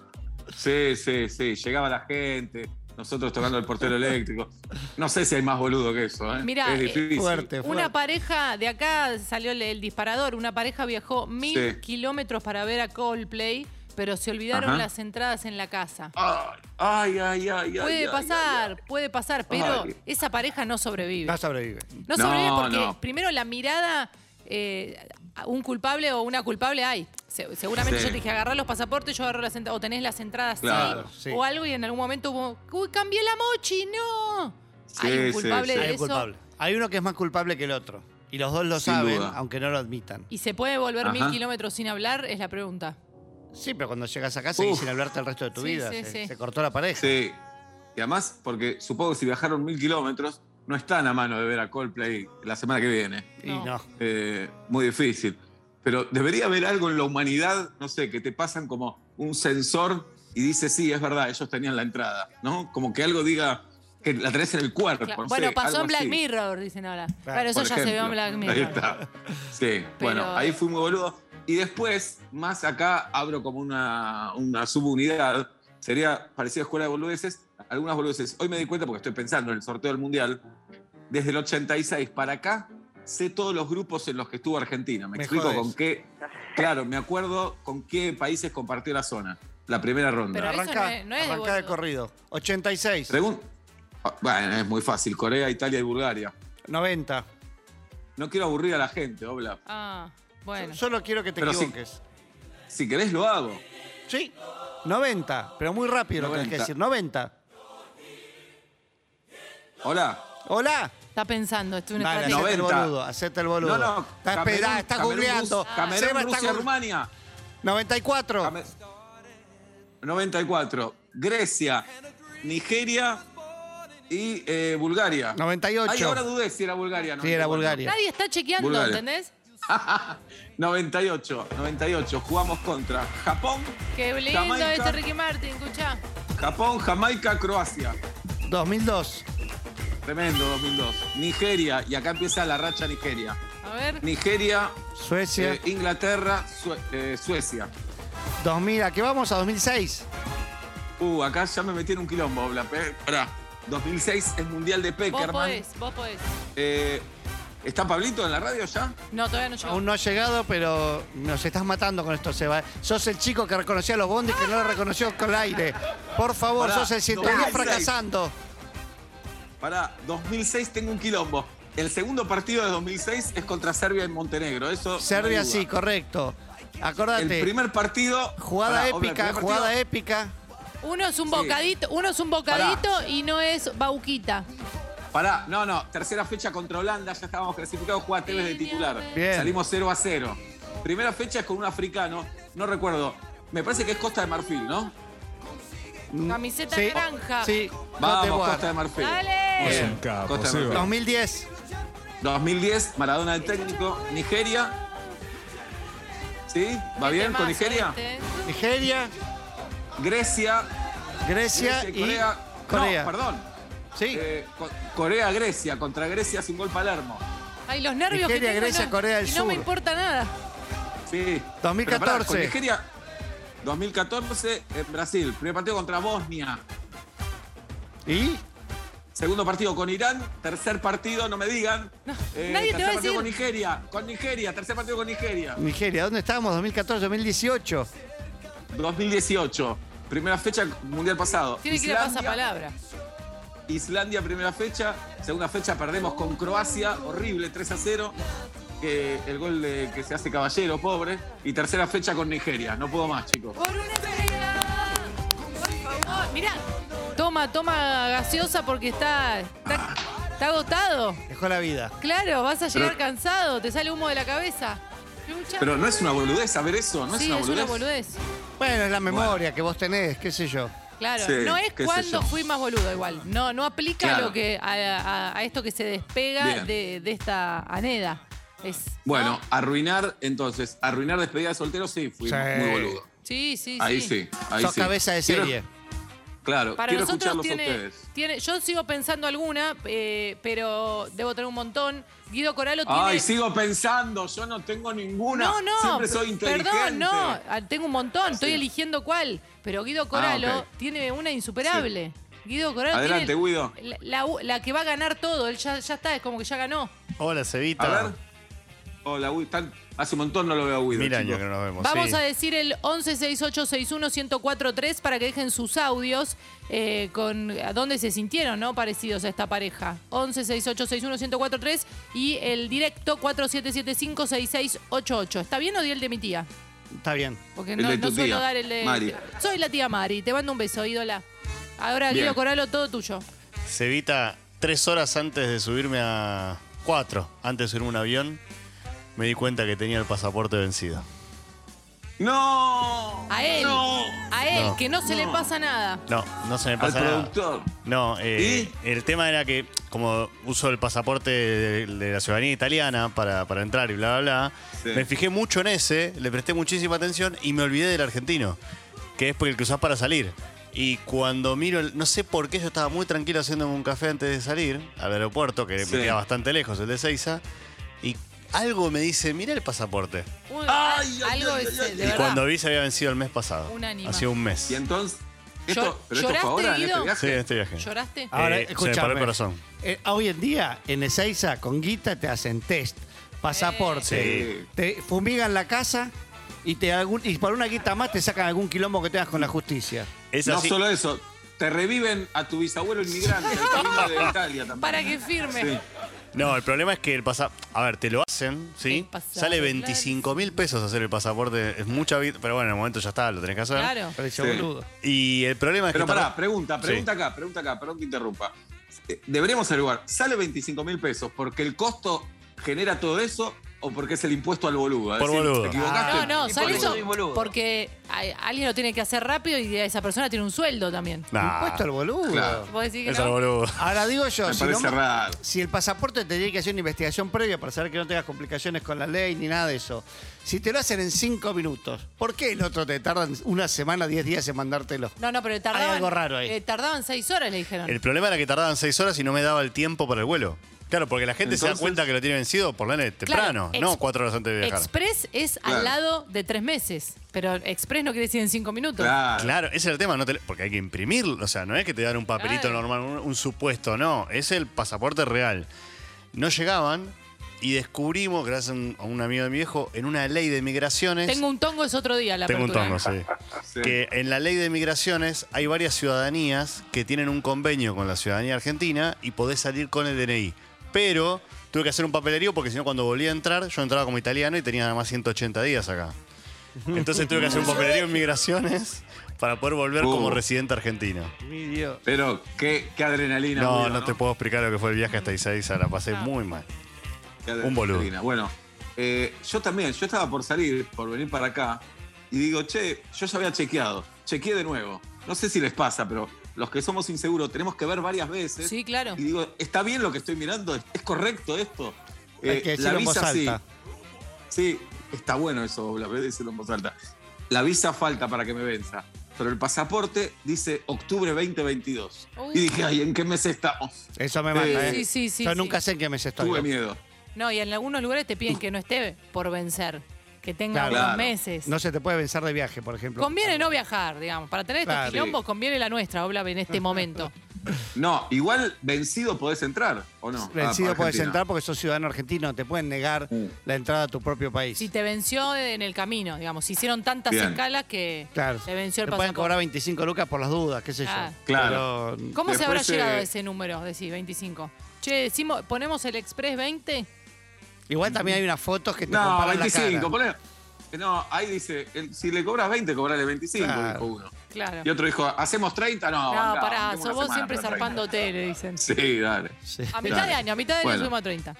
Speaker 4: Sí, sí, sí. Llegaba la gente, nosotros tocando el portero eléctrico. No sé si hay más boludo que eso, ¿eh?
Speaker 3: Mirá,
Speaker 4: es
Speaker 3: eh,
Speaker 4: difícil.
Speaker 5: Fuerte, fuerte.
Speaker 3: Una pareja, de acá salió el, el disparador, una pareja viajó mil
Speaker 4: Sí.
Speaker 3: kilómetros para ver a Coldplay, pero se olvidaron
Speaker 4: Ajá.
Speaker 3: las entradas en la casa.
Speaker 4: Ay, ay, ay, ay. ay,
Speaker 3: Puede
Speaker 4: ay,
Speaker 3: pasar,
Speaker 4: ay, ay.
Speaker 3: puede pasar, pero
Speaker 4: Ay.
Speaker 3: esa pareja no sobrevive.
Speaker 5: No sobrevive.
Speaker 3: No
Speaker 4: No,
Speaker 3: sobrevive porque
Speaker 4: no.
Speaker 3: primero la mirada, eh, un culpable o una culpable hay. Se- seguramente
Speaker 4: Sí.
Speaker 3: yo te dije, agarrar los pasaportes, yo agarro las entradas, o tenés las entradas sí,
Speaker 4: Claro,
Speaker 5: sí.
Speaker 3: o algo, y en algún momento hubo, uy, cambié la mochi, no.
Speaker 4: Sí,
Speaker 3: hay un
Speaker 4: sí,
Speaker 3: culpable
Speaker 4: sí.
Speaker 3: de
Speaker 5: Hay un
Speaker 3: eso.
Speaker 5: culpable. Hay uno que es más culpable que el otro. Y los dos lo
Speaker 4: Sin
Speaker 5: saben,
Speaker 4: duda.
Speaker 5: aunque no lo admitan.
Speaker 3: ¿Y se puede volver mil
Speaker 4: Ajá.
Speaker 3: kilómetros sin hablar? Es la pregunta.
Speaker 5: Sí, pero cuando llegas a casa y
Speaker 4: Uf.
Speaker 5: sin hablarte el resto de tu
Speaker 3: Sí,
Speaker 5: vida,
Speaker 3: sí,
Speaker 5: se,
Speaker 3: sí.
Speaker 5: se cortó la pareja.
Speaker 4: Sí. Y además, porque supongo que si viajaron mil kilómetros, no están a mano de ver a Coldplay la semana que viene.
Speaker 5: Y
Speaker 3: No.
Speaker 5: no.
Speaker 4: Eh, muy difícil. Pero debería haber algo en la humanidad, no sé, que te pasan como un sensor y dice, sí, es verdad, ellos tenían la entrada, ¿no? Como que algo diga que la tenés en el cuerpo.
Speaker 3: Cla-
Speaker 4: no
Speaker 3: bueno,
Speaker 4: sé,
Speaker 3: pasó
Speaker 4: algo
Speaker 3: en Black
Speaker 4: así.
Speaker 3: Mirror, dicen ahora. Claro, eso
Speaker 4: Por
Speaker 3: ya se vio en
Speaker 4: ejemplo.
Speaker 3: Black
Speaker 4: Ahí
Speaker 3: Mirror.
Speaker 4: está. Sí, bueno, ahí fui muy boludo. Y después, más acá, abro como una, una subunidad. Sería parecida a escuela de boludeces. Algunas boludeces. Hoy me di cuenta porque estoy pensando en el sorteo del mundial. Desde el 86 para acá, sé todos los grupos en los que estuvo Argentina. Me,
Speaker 5: Me
Speaker 4: explico
Speaker 5: jodés.
Speaker 4: con qué. Claro, me acuerdo con qué países compartió la zona. La primera ronda.
Speaker 3: Pero eso
Speaker 5: Arranca,
Speaker 3: no es- no es de
Speaker 5: arranca de
Speaker 3: boludo.
Speaker 5: corrido. 86,
Speaker 4: Pregun- Ah, Bueno, es muy fácil. Corea, Italia y Bulgaria.
Speaker 5: 90.
Speaker 4: No quiero aburrir a la gente, Obla.
Speaker 3: Ah, bueno.
Speaker 5: Solo quiero que te
Speaker 4: Pero sí.
Speaker 5: equivoques.
Speaker 4: Si querés, lo hago.
Speaker 5: Sí. 90, pero muy rápido lo tenés que
Speaker 4: 90.
Speaker 5: decir. 90.
Speaker 4: Hola.
Speaker 5: Hola.
Speaker 3: Está pensando, esto es una
Speaker 5: Dale,
Speaker 3: estrategia.
Speaker 5: hacete el
Speaker 4: 90.
Speaker 5: boludo, hacete el boludo.
Speaker 4: No, no.
Speaker 5: Está esperando, está
Speaker 4: Camerún,
Speaker 5: googleando.
Speaker 4: Rus- Camerún,
Speaker 5: Seba está
Speaker 4: Rusia,
Speaker 5: gu-
Speaker 4: Rumania.
Speaker 5: 94.
Speaker 4: Came- 94. Grecia, Nigeria y eh, Bulgaria.
Speaker 5: 98.
Speaker 4: Ay, ahora dudé si era Bulgaria.
Speaker 5: Sí, era
Speaker 4: 94.
Speaker 5: Bulgaria.
Speaker 3: Nadie está chequeando,
Speaker 4: Bulgaria.
Speaker 3: ¿entendés?
Speaker 4: 98, 98. Jugamos contra Japón,
Speaker 3: Qué lindo
Speaker 4: Jamaica.
Speaker 3: este Ricky Martin, escuchá.
Speaker 4: Japón, Jamaica, Croacia.
Speaker 5: 2002.
Speaker 4: Tremendo 2002. Nigeria, y acá empieza la racha Nigeria.
Speaker 3: A ver.
Speaker 4: Nigeria,
Speaker 5: Suecia.
Speaker 4: eh, Inglaterra, Sue- eh, Suecia.
Speaker 5: 2000. ¿A qué vamos? A 2006.
Speaker 4: Uh, acá ya me metí en un quilombo, Bla. pe- pará. 2006 es Mundial de
Speaker 3: Vos
Speaker 4: Peckerman.
Speaker 3: podés, vos podés.
Speaker 4: Eh, ¿Está Pablito en la radio ya?
Speaker 3: No, todavía no llegó.
Speaker 5: Aún no ha llegado, pero nos estás matando con esto, Seba. Sos el chico que reconocía a los bondis que no lo reconoció con el aire. Por favor,
Speaker 4: Pará,
Speaker 5: sos el 110
Speaker 4: 96.
Speaker 5: fracasando.
Speaker 4: Pará, 2006 tengo un quilombo. El segundo partido de 2006 es contra Serbia en Montenegro. Eso. no hay
Speaker 5: Serbia
Speaker 4: duda.
Speaker 5: sí, correcto.
Speaker 4: El
Speaker 5: Acordate.
Speaker 4: primer partido.
Speaker 5: Jugada
Speaker 4: Pará, Obla, el
Speaker 5: épica,
Speaker 4: primer partido-
Speaker 5: jugada épica.
Speaker 3: Uno es un bocadito, uno es un bocadito y no es bauquita.
Speaker 4: Pará, no, no. Tercera fecha contra Holanda, ya estábamos clasificados. Juega Tevez de titular.
Speaker 5: Bien.
Speaker 4: Salimos 0 a 0. Primera fecha es con un africano, no recuerdo. Me parece que es Costa de Marfil, ¿no? Mm,
Speaker 3: Camiseta
Speaker 5: Sí,
Speaker 3: granja.
Speaker 5: Sí,
Speaker 4: Vamos,
Speaker 5: Cote Boar.
Speaker 4: Costa de Marfil.
Speaker 3: Dale.
Speaker 4: Bien,
Speaker 2: Es un capo,
Speaker 4: Costa de
Speaker 2: Seba.
Speaker 4: Marfil.
Speaker 5: 2010.
Speaker 4: 2010, Maradona el técnico, Nigeria. ¿Sí? ¿Va
Speaker 3: Qué
Speaker 4: bien con
Speaker 3: temazo
Speaker 4: Nigeria?
Speaker 3: este, ¿eh?
Speaker 5: Nigeria,
Speaker 4: Grecia,
Speaker 5: Grecia
Speaker 4: Grecia y Corea.
Speaker 5: y Corea.
Speaker 4: No, perdón.
Speaker 5: Sí.
Speaker 4: Eh, Co- Corea-Grecia, contra Grecia sin gol Palermo.
Speaker 3: Ay, los nervios que
Speaker 5: Nigeria,
Speaker 3: tengo,
Speaker 5: Grecia,
Speaker 3: no-
Speaker 5: Corea del
Speaker 3: y No me
Speaker 5: Sur.
Speaker 3: importa nada.
Speaker 4: Sí.
Speaker 5: 2014.
Speaker 4: Pero pará, con Nigeria, 2014 en Brasil. Primer partido contra Bosnia.
Speaker 5: ¿Y?
Speaker 4: Segundo partido con Irán. Tercer partido, no me digan. Eh,
Speaker 3: nadie te
Speaker 4: tercer
Speaker 3: va
Speaker 4: partido
Speaker 3: a decir.
Speaker 4: con Nigeria. Con Nigeria. Tercer partido con Nigeria.
Speaker 5: Nigeria, ¿dónde estábamos? 2014, 2018.
Speaker 4: 2018. Primera fecha mundial pasado.
Speaker 3: Tiene que ir a pasapalabra.
Speaker 4: Islandia primera fecha, segunda fecha perdemos con Croacia, horrible, 3 a 0. que el gol de, que se hace caballero, pobre. Y tercera fecha con Nigeria, no puedo más, chicos.
Speaker 3: Por una pelea. Por favor. Mirá. Toma toma, toma gaseosa porque está, está, está agotado.
Speaker 5: Dejó la vida.
Speaker 3: Claro, vas a llegar
Speaker 4: Pero-
Speaker 3: cansado, te sale humo de la cabeza. Lucha.
Speaker 4: Pero no es una boludez saber eso, no
Speaker 3: sí,
Speaker 4: es una boludez.
Speaker 5: Bueno, es la memoria que vos tenés, qué sé yo.
Speaker 3: Claro,
Speaker 4: Sí,
Speaker 3: no es
Speaker 4: qué sé
Speaker 3: cuando
Speaker 4: yo.
Speaker 3: fui más boludo igual. No, no aplica
Speaker 4: Claro.
Speaker 3: lo que a, a- a esto que se despega
Speaker 4: Bien.
Speaker 3: de, de esta aneda. Es,
Speaker 4: Bueno,
Speaker 3: ¿no?
Speaker 4: arruinar, entonces, arruinar despedida de soltero, sí, fui
Speaker 5: Sí.
Speaker 4: muy boludo.
Speaker 3: sí, sí,
Speaker 4: Ahí sí, ahí
Speaker 5: Sos
Speaker 4: sí.
Speaker 5: cabeza de
Speaker 4: Quiero-
Speaker 5: serie.
Speaker 4: claro,
Speaker 3: Para
Speaker 4: quiero
Speaker 3: nosotros
Speaker 4: escucharlos a
Speaker 3: tiene,
Speaker 4: ustedes.
Speaker 3: tiene. Yo sigo pensando alguna, eh, pero debo tener un montón. Guido Coralo tiene.
Speaker 4: Ay, sigo pensando, yo no tengo ninguna.
Speaker 3: No, no.
Speaker 4: Siempre soy inteligente.
Speaker 3: Perdón, no. ah, Tengo un montón, estoy eligiendo cuál. Pero Guido Coralo
Speaker 4: Ah, ok.
Speaker 3: tiene una insuperable. Guido Coralo
Speaker 4: Adelante,
Speaker 3: tiene.
Speaker 4: Guido.
Speaker 3: La, la u- la que va a ganar todo. Él ya, ya está, es como que ya ganó.
Speaker 6: Hola, Cevita.
Speaker 4: A ver. Hola, Guido. Tan- Hace un montón no lo veo a Guido.
Speaker 6: Mil años
Speaker 4: chicos.
Speaker 6: que no nos vemos.
Speaker 3: Vamos
Speaker 6: sí.
Speaker 3: a decir el 1168611043 para que dejen sus audios eh, con a dónde se sintieron, ¿no? Parecidos a esta pareja. 1168611043 y el directo 47756688. ¿Está bien o di el de mi tía?
Speaker 5: Está bien.
Speaker 3: Porque
Speaker 4: El
Speaker 3: no,
Speaker 4: de
Speaker 3: no
Speaker 4: tu
Speaker 3: suelo
Speaker 4: tía,
Speaker 3: dar el de.
Speaker 4: Mari.
Speaker 3: Soy la tía Mari, te mando un beso, ídola. Ahora,
Speaker 4: Bien.
Speaker 3: Guido Coralo, todo tuyo.
Speaker 6: Cevita, tres horas antes de subirme a. Cuatro, antes de subirme a un avión, me di cuenta que tenía el pasaporte vencido.
Speaker 4: No.
Speaker 3: A él.
Speaker 4: No.
Speaker 3: A él,
Speaker 6: No.
Speaker 3: que no se le pasa nada.
Speaker 6: No, no se me
Speaker 4: Al
Speaker 6: pasa nada.
Speaker 4: productor.
Speaker 6: No, eh, el tema era que, como uso el pasaporte de, de la ciudadanía italiana para, para entrar y bla, bla, bla,
Speaker 4: Sí.
Speaker 6: me fijé mucho en ese, le presté muchísima atención y me olvidé del argentino, que es porque el que usás para salir. Y cuando miro, el- no sé por qué, yo estaba muy tranquilo haciéndome un café antes de salir al aeropuerto, que
Speaker 4: Sí.
Speaker 6: me queda bastante lejos, el de Seiza, y algo me dice, mira el pasaporte.
Speaker 3: Uy,
Speaker 4: Ay, ay,
Speaker 3: algo
Speaker 4: ay, ay,
Speaker 3: es, de
Speaker 4: ay.
Speaker 6: y
Speaker 3: verdad.
Speaker 6: cuando vi se había vencido el mes pasado.
Speaker 3: Un ánima.
Speaker 6: Hacía un mes.
Speaker 4: Y entonces. Esto,
Speaker 3: Llor-
Speaker 4: ¿Pero esto fue
Speaker 3: ¿lloraste,
Speaker 4: ahora en este
Speaker 3: Guido?
Speaker 6: Sí,
Speaker 4: viaje?
Speaker 6: en este viaje.
Speaker 3: ¿Lloraste?
Speaker 6: Ahora,
Speaker 5: Ahora,
Speaker 6: se me paró el
Speaker 5: escúchame.
Speaker 6: corazón.
Speaker 5: Eh, hoy en día, en Ezeiza, con guita te hacen test, pasaporte,
Speaker 4: Eh, Sí.
Speaker 5: te fumigan la casa y, te algún- y por una guita más te sacan algún quilombo que tengas con la justicia.
Speaker 6: Es
Speaker 4: no
Speaker 6: así.
Speaker 4: solo eso. Te reviven a tu bisabuelo inmigrante el que vino de Italia también.
Speaker 3: Para que firme.
Speaker 4: Sí.
Speaker 6: No, el problema es que el pasa... A ver, te lo hacen,
Speaker 3: El
Speaker 6: ¿sí?
Speaker 3: pasaporte,
Speaker 6: Sale
Speaker 3: claro.
Speaker 6: 25 mil pesos hacer el pasaporte. Es mucha... vi- Pero bueno, en el momento ya está, lo tenés que hacer.
Speaker 3: Claro.
Speaker 5: Pero dice,
Speaker 4: Sí.
Speaker 5: boludo.
Speaker 6: Y el problema es
Speaker 4: Pero
Speaker 6: que...
Speaker 4: pará,
Speaker 6: tarda-
Speaker 4: pregunta, pregunta
Speaker 6: Sí.
Speaker 4: acá, pregunta acá, perdón que interrumpa. Eh, Deberíamos averiguar, ¿sale 25 mil pesos porque el costo genera todo eso o porque es el impuesto al boludo? Es
Speaker 6: Por boludo.
Speaker 4: ¿Te equivocaste?
Speaker 3: Ah, No, no,
Speaker 4: Y
Speaker 3: sale
Speaker 4: por
Speaker 3: eso
Speaker 4: eso-
Speaker 3: porque hay- alguien lo tiene que hacer rápido y esa persona tiene un sueldo también.
Speaker 6: Nah,
Speaker 5: Impuesto al boludo.
Speaker 4: Claro.
Speaker 3: ¿Vos decís que
Speaker 6: es
Speaker 3: no?
Speaker 6: al boludo.
Speaker 5: Ahora digo yo,
Speaker 4: Me
Speaker 5: si, no-
Speaker 4: parece raro.
Speaker 5: si el pasaporte te tiene que hacer una investigación previa para saber que no tengas complicaciones con la ley ni nada de eso, si te lo hacen en cinco minutos, ¿por qué el otro te tardan una semana, diez días en mandártelo?
Speaker 3: No, no, pero tardaban.
Speaker 5: algo raro ahí.
Speaker 3: eh, tardaban seis horas, le dijeron.
Speaker 6: El problema era que tardaban 6 horas y no me daba el tiempo para el vuelo. Claro, porque la gente se da
Speaker 4: Entonces-
Speaker 6: cuenta que lo tiene vencido por la net temprano,
Speaker 3: Claro,
Speaker 6: no
Speaker 3: ex-
Speaker 6: 4 horas antes de viajar.
Speaker 3: Express es al
Speaker 4: Claro.
Speaker 3: lado de tres meses, pero Express no quiere decir en cinco minutos.
Speaker 4: Claro.
Speaker 6: Claro, ese es el tema, no te- porque hay que imprimirlo, o sea, no es que te dan un papelito
Speaker 3: Claro.
Speaker 6: normal, un, un supuesto, no, es el pasaporte real. No llegaban y descubrimos, gracias a un, a un amigo de mi viejo, en una ley de migraciones...
Speaker 3: Tengo un tongo, es otro día la
Speaker 6: Tengo un
Speaker 3: apertura.
Speaker 6: tongo, sí.
Speaker 4: Sí.
Speaker 6: Que en la ley de migraciones hay varias ciudadanías que tienen un convenio con la ciudadanía argentina y podés salir con el DNI. Pero tuve que hacer un papelerío porque si no, cuando volví a entrar, yo entraba como italiano y tenía nada más 180 días acá. Entonces tuve que hacer un papelerío en migraciones para poder volver como
Speaker 4: Uh.
Speaker 6: residente argentino.
Speaker 5: Mi Dios.
Speaker 4: Pero qué, qué adrenalina.
Speaker 6: No,
Speaker 4: Guido,
Speaker 6: no te puedo explicar lo que fue el viaje hasta Ezeiza, la pasé muy mal.
Speaker 4: Qué
Speaker 6: Un boludo.
Speaker 4: adrenalina. Bueno, eh, yo también, yo estaba por salir, por venir para acá, y digo, che, yo ya había chequeado, chequeé de nuevo. No sé si les pasa, pero los que somos inseguros tenemos que ver varias veces.
Speaker 3: Sí, claro.
Speaker 4: Y digo, ¿está bien lo que estoy mirando? ¿Es, es correcto esto? Eh,
Speaker 5: Hay que decirlo en voz alta.
Speaker 4: sí. Sí, está bueno eso, la verdad, decirlo en voz alta. La visa falta para que me venza. Pero el pasaporte dice octubre 2022.
Speaker 3: Uy.
Speaker 4: Y dije, ay, ¿en qué mes estamos?
Speaker 5: Eso me mata, ¿eh?
Speaker 3: Sí, sí, sí,
Speaker 5: Yo
Speaker 3: sí.
Speaker 5: nunca sé en qué mes estoy.
Speaker 4: Tuve miedo.
Speaker 3: No, y en algunos lugares te piden que no esté por vencer, que tenga
Speaker 5: Claro.
Speaker 3: unos
Speaker 4: Claro.
Speaker 3: meses.
Speaker 5: No se te puede vencer de viaje, por ejemplo.
Speaker 3: Conviene no viajar, digamos. Para tener estos
Speaker 5: Claro.
Speaker 3: quilombos, conviene la nuestra, Oblab, en este momento.
Speaker 4: No, igual vencido podés entrar, ¿o no?
Speaker 5: Vencido
Speaker 4: Ah,
Speaker 5: puedes
Speaker 4: Argentina.
Speaker 5: entrar porque sos ciudadano argentino, te pueden negar
Speaker 4: Mm.
Speaker 5: la entrada a tu propio país.
Speaker 3: Si te venció en el camino, digamos. Hicieron tantas
Speaker 4: Bien.
Speaker 3: escalas que
Speaker 5: Claro.
Speaker 3: te venció el
Speaker 5: Te pueden
Speaker 3: pasaporte.
Speaker 5: cobrar 25 lucas por las dudas, qué sé yo.
Speaker 3: Ah.
Speaker 4: Claro.
Speaker 5: Pero,
Speaker 3: ¿Cómo se
Speaker 4: Después,
Speaker 3: habrá llegado a
Speaker 4: eh,
Speaker 3: ese número? Decís, 25. Che, decimos, ponemos el Express 20.
Speaker 5: igual también hay unas fotos que te
Speaker 4: No,
Speaker 5: comparan la cara.
Speaker 4: 25, poné. No, ahí dice, el- si le cobras 20, cobrale 25,
Speaker 5: Claro.
Speaker 4: dijo uno.
Speaker 3: Claro.
Speaker 4: Y otro dijo, ¿hacemos 30? No,
Speaker 3: No,
Speaker 4: andá,
Speaker 3: pará,
Speaker 4: andá una
Speaker 3: sos vos
Speaker 4: semana
Speaker 3: siempre
Speaker 4: para 30.
Speaker 3: zarpando tele, dicen.
Speaker 4: Sí, dale.
Speaker 3: A mitad de año, a mitad de año
Speaker 4: Bueno.
Speaker 3: subimos a 30.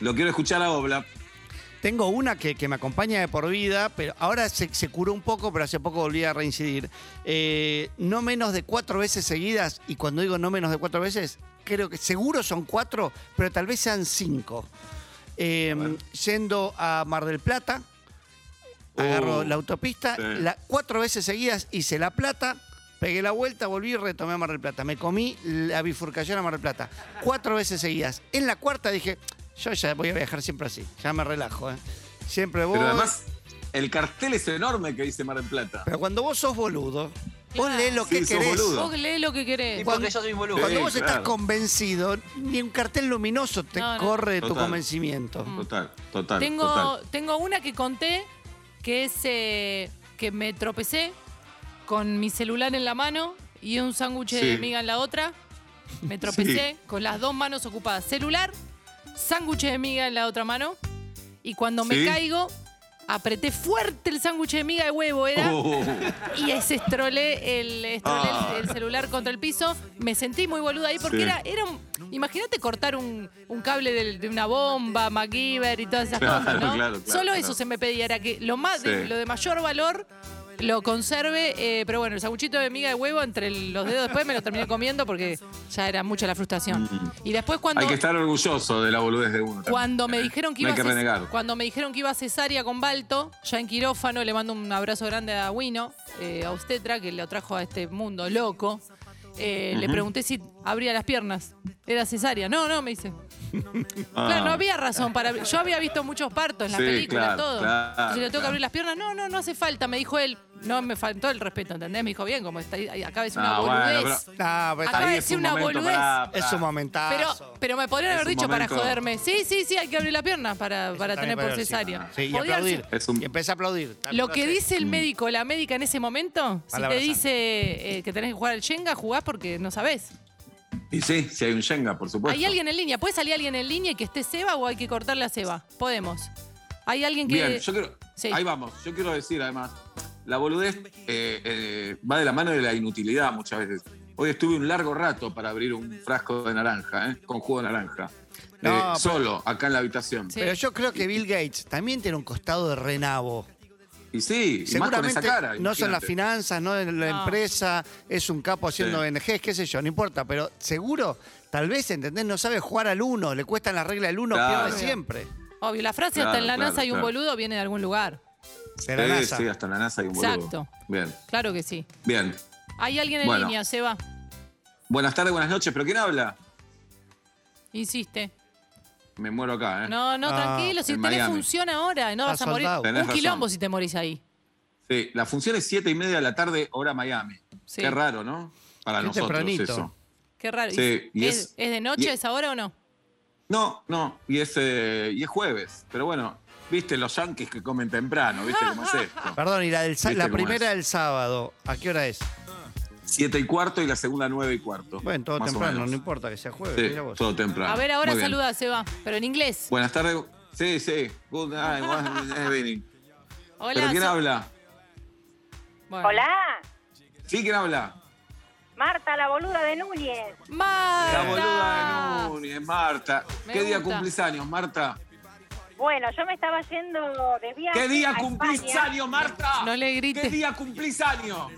Speaker 4: Lo quiero escuchar a Obla.
Speaker 5: Tengo una que, que me acompaña de por vida, pero ahora se, se curó un poco, pero hace poco volví a reincidir. Eh, no menos de cuatro veces seguidas, y cuando digo no menos de cuatro veces, creo que seguro son cuatro, pero tal vez sean cinco. Eh,
Speaker 4: Bueno.
Speaker 5: Yendo a Mar del Plata, agarro
Speaker 4: Uh,
Speaker 5: la autopista,
Speaker 4: sí.
Speaker 5: la- cuatro veces seguidas hice La Plata, pegué la vuelta, volví y retomé a Mar del Plata. Me comí la bifurcación a Mar del Plata. Cuatro veces seguidas. En la cuarta dije, yo ya voy a viajar siempre así, ya me relajo. ¿eh. Siempre voy.
Speaker 4: Pero además, el cartel es enorme que dice Mar del Plata.
Speaker 5: Pero cuando vos sos boludo, vos
Speaker 3: Claro.
Speaker 5: lees lo
Speaker 4: Sí,
Speaker 5: que
Speaker 4: sos
Speaker 5: querés.
Speaker 4: boludo.
Speaker 3: Vos lees lo que querés.
Speaker 7: Y
Speaker 5: Cuando-
Speaker 7: porque yo soy un boludo.
Speaker 5: Cuando
Speaker 4: Sí,
Speaker 5: vos estás
Speaker 4: claro.
Speaker 5: convencido, ni un cartel luminoso te
Speaker 3: No, no.
Speaker 5: corre tu
Speaker 4: Total.
Speaker 5: convencimiento.
Speaker 4: Total, total.
Speaker 3: Mm. Tengo,
Speaker 4: total.
Speaker 3: tengo una que conté, que es eh, que me tropecé con mi celular en la mano y un sándwich de
Speaker 4: Sí.
Speaker 3: miga en la otra. Me tropecé con las dos manos ocupadas. Celular, sándwich de miga en la otra mano. Y cuando me
Speaker 4: Sí.
Speaker 3: caigo, apreté fuerte el sándwich de miga de huevo, era.
Speaker 4: Oh,
Speaker 3: Y es- estrolé el, estrolé el-
Speaker 4: Ah.
Speaker 3: el celular contra el piso. Me sentí muy boluda ahí porque
Speaker 4: Sí.
Speaker 3: era, era un- Imagínate cortar un, un cable del- de una bomba, MacGyver y todas esas
Speaker 4: Claro,
Speaker 3: cosas, ¿no?
Speaker 4: claro, claro,
Speaker 3: Solo
Speaker 4: claro.
Speaker 3: eso se me pedía, era que lo, más de,
Speaker 4: Sí.
Speaker 3: lo de mayor valor lo conserve. eh, pero bueno, el sabuchito de miga de huevo entre el- los dedos después me lo terminé comiendo porque ya era mucha la frustración. Y después cuando.
Speaker 4: Mm. Hay que estar orgulloso de la boludez de uno. también.
Speaker 3: Cuando me dijeron que
Speaker 4: No
Speaker 3: iba
Speaker 4: hay que
Speaker 3: a ces-
Speaker 4: renegar.
Speaker 3: cuando me dijeron que iba a cesárea con Balto, ya en quirófano, le mando un abrazo grande a Wino, eh, a obstetra, que lo trajo a este mundo loco. Eh, Le pregunté si abría las piernas. Era cesárea. No, no, me dice.
Speaker 4: Ah,
Speaker 3: Claro, no había razón para abrir. Yo había visto muchos partos en las
Speaker 4: Sí,
Speaker 3: películas,
Speaker 4: claro,
Speaker 3: todo.
Speaker 4: claro,
Speaker 3: Entonces, le tengo que
Speaker 4: claro.
Speaker 3: abrir las piernas. No, no, no hace falta, me dijo él. No, me faltó el respeto, ¿entendés? Me dijo, bien, como está ahí, acá es una
Speaker 4: Ah, bueno,
Speaker 3: boludez.
Speaker 4: pero-
Speaker 5: No, pero
Speaker 3: Acá
Speaker 5: está-
Speaker 3: Acaba de
Speaker 4: es
Speaker 3: decir
Speaker 4: un
Speaker 3: una
Speaker 4: momento,
Speaker 3: boludez.
Speaker 4: pará, pará.
Speaker 5: es un
Speaker 3: Pero,
Speaker 5: momentazo.
Speaker 3: pero me podrían
Speaker 4: Es
Speaker 3: haber
Speaker 4: un
Speaker 3: dicho para
Speaker 4: momento-
Speaker 3: joderme. Sí, sí, sí, hay que abrir la pierna para, para
Speaker 5: Eso también
Speaker 3: tener por
Speaker 5: puede haber sido.
Speaker 3: cesárea.
Speaker 5: Sí, y
Speaker 3: Podía haber
Speaker 5: aplaudir.
Speaker 4: Es un-
Speaker 5: Y empecé a aplaudir.
Speaker 3: sido- Lo que dice
Speaker 4: Mm.
Speaker 3: el médico, la médica en ese momento,
Speaker 5: Palabra
Speaker 3: si te dice eh, que tenés que jugar al Shenga, jugás porque no sabés.
Speaker 4: Y sí, si hay un Shenga, por supuesto.
Speaker 3: ¿Hay alguien en línea? ¿Puede salir alguien en línea y que esté Seba o hay que cortarle a Seba? Podemos. ¿Hay alguien que.?
Speaker 4: Bien, yo quiero.
Speaker 3: Sí.
Speaker 4: Ahí vamos. Yo quiero decir, además, la boludez eh, eh, va de la mano de la inutilidad muchas veces. Hoy estuve un largo rato para abrir un frasco de naranja, ¿eh? con jugo de naranja.
Speaker 5: No,
Speaker 4: Eh,
Speaker 5: pero-
Speaker 4: Solo, acá en la habitación.
Speaker 3: Sí.
Speaker 5: Pero yo creo que Bill Gates también tiene un costado de renabo.
Speaker 4: Y sí, y más con
Speaker 5: Seguramente
Speaker 4: esa cara.
Speaker 5: no son
Speaker 4: imagínate.
Speaker 5: las finanzas, no es la
Speaker 3: No.
Speaker 5: empresa, es un capo haciendo
Speaker 4: Sí.
Speaker 5: ONGs, qué sé yo, no importa, pero seguro, tal vez, ¿entendés? No sabe jugar al uno, le cuestan las reglas del uno,
Speaker 4: Claro.
Speaker 5: pierde siempre.
Speaker 3: Obvio, la frase
Speaker 4: Claro,
Speaker 3: hasta en la
Speaker 4: claro,
Speaker 3: NASA hay un
Speaker 4: claro.
Speaker 3: boludo viene de algún lugar.
Speaker 5: De la
Speaker 4: Sí,
Speaker 5: NASA.
Speaker 4: sí, hasta la NASA hay un boludo.
Speaker 3: Exacto.
Speaker 4: Bien,
Speaker 3: Claro que sí.
Speaker 4: bien.
Speaker 3: ¿Hay alguien en
Speaker 4: Bueno.
Speaker 3: línea, Seba?
Speaker 4: Buenas tardes, buenas noches, pero ¿quién habla?
Speaker 3: Insiste.
Speaker 4: Me muero acá, ¿eh?
Speaker 3: No, no,
Speaker 5: Ah,
Speaker 3: tranquilo. Si
Speaker 4: en
Speaker 3: tenés
Speaker 4: Miami.
Speaker 3: función ahora, no
Speaker 5: Ah,
Speaker 3: vas a morir.
Speaker 5: soldado.
Speaker 4: Tenés
Speaker 3: Un
Speaker 4: razón.
Speaker 3: quilombo si te morís ahí.
Speaker 4: Sí, la función es siete y media de la tarde, hora Miami.
Speaker 3: Sí.
Speaker 4: Qué raro, ¿no? Para
Speaker 5: Qué
Speaker 4: nosotros
Speaker 5: tempranito.
Speaker 4: eso.
Speaker 3: Qué raro.
Speaker 4: Sí,
Speaker 3: ¿Y
Speaker 4: y
Speaker 3: ¿Es,
Speaker 4: es-
Speaker 3: es de noche
Speaker 4: y-
Speaker 3: esa hora o no?
Speaker 4: No, no, y es, eh, y es jueves. Pero bueno, viste los yankees que comen temprano, viste cómo es esto.
Speaker 5: Perdón, y la, del sa-
Speaker 4: Viste
Speaker 5: la
Speaker 4: cómo
Speaker 5: primera
Speaker 4: es.
Speaker 5: del sábado, ¿a qué hora es?
Speaker 4: Siete y cuarto y la segunda nueve y cuarto.
Speaker 5: Bueno, todo
Speaker 4: más o
Speaker 5: temprano,
Speaker 4: menos.
Speaker 5: no importa que sea jueves,
Speaker 4: Sí,
Speaker 5: mira vos.
Speaker 4: todo temprano.
Speaker 3: A ver, ahora
Speaker 4: Ah, Muy bien.
Speaker 3: saluda, Seba, pero en inglés.
Speaker 4: Buenas tardes. Sí, sí. Good night, good evening.
Speaker 3: Hola.
Speaker 4: ¿Pero quién
Speaker 3: so-
Speaker 4: habla?
Speaker 3: bueno.
Speaker 8: Hola,
Speaker 4: ¿Sí, quién habla?
Speaker 8: Marta, la boluda de Núñez.
Speaker 3: Marta.
Speaker 4: La boluda de Núñez, Marta.
Speaker 3: Me
Speaker 4: ¿Qué día
Speaker 3: gusta.
Speaker 4: cumplís años, Marta?
Speaker 8: Bueno, yo me estaba yendo de viaje.
Speaker 4: ¿Qué día
Speaker 8: a
Speaker 4: cumplís
Speaker 8: España.
Speaker 4: años, Marta?
Speaker 3: No le grites.
Speaker 4: ¿Qué día cumplís años?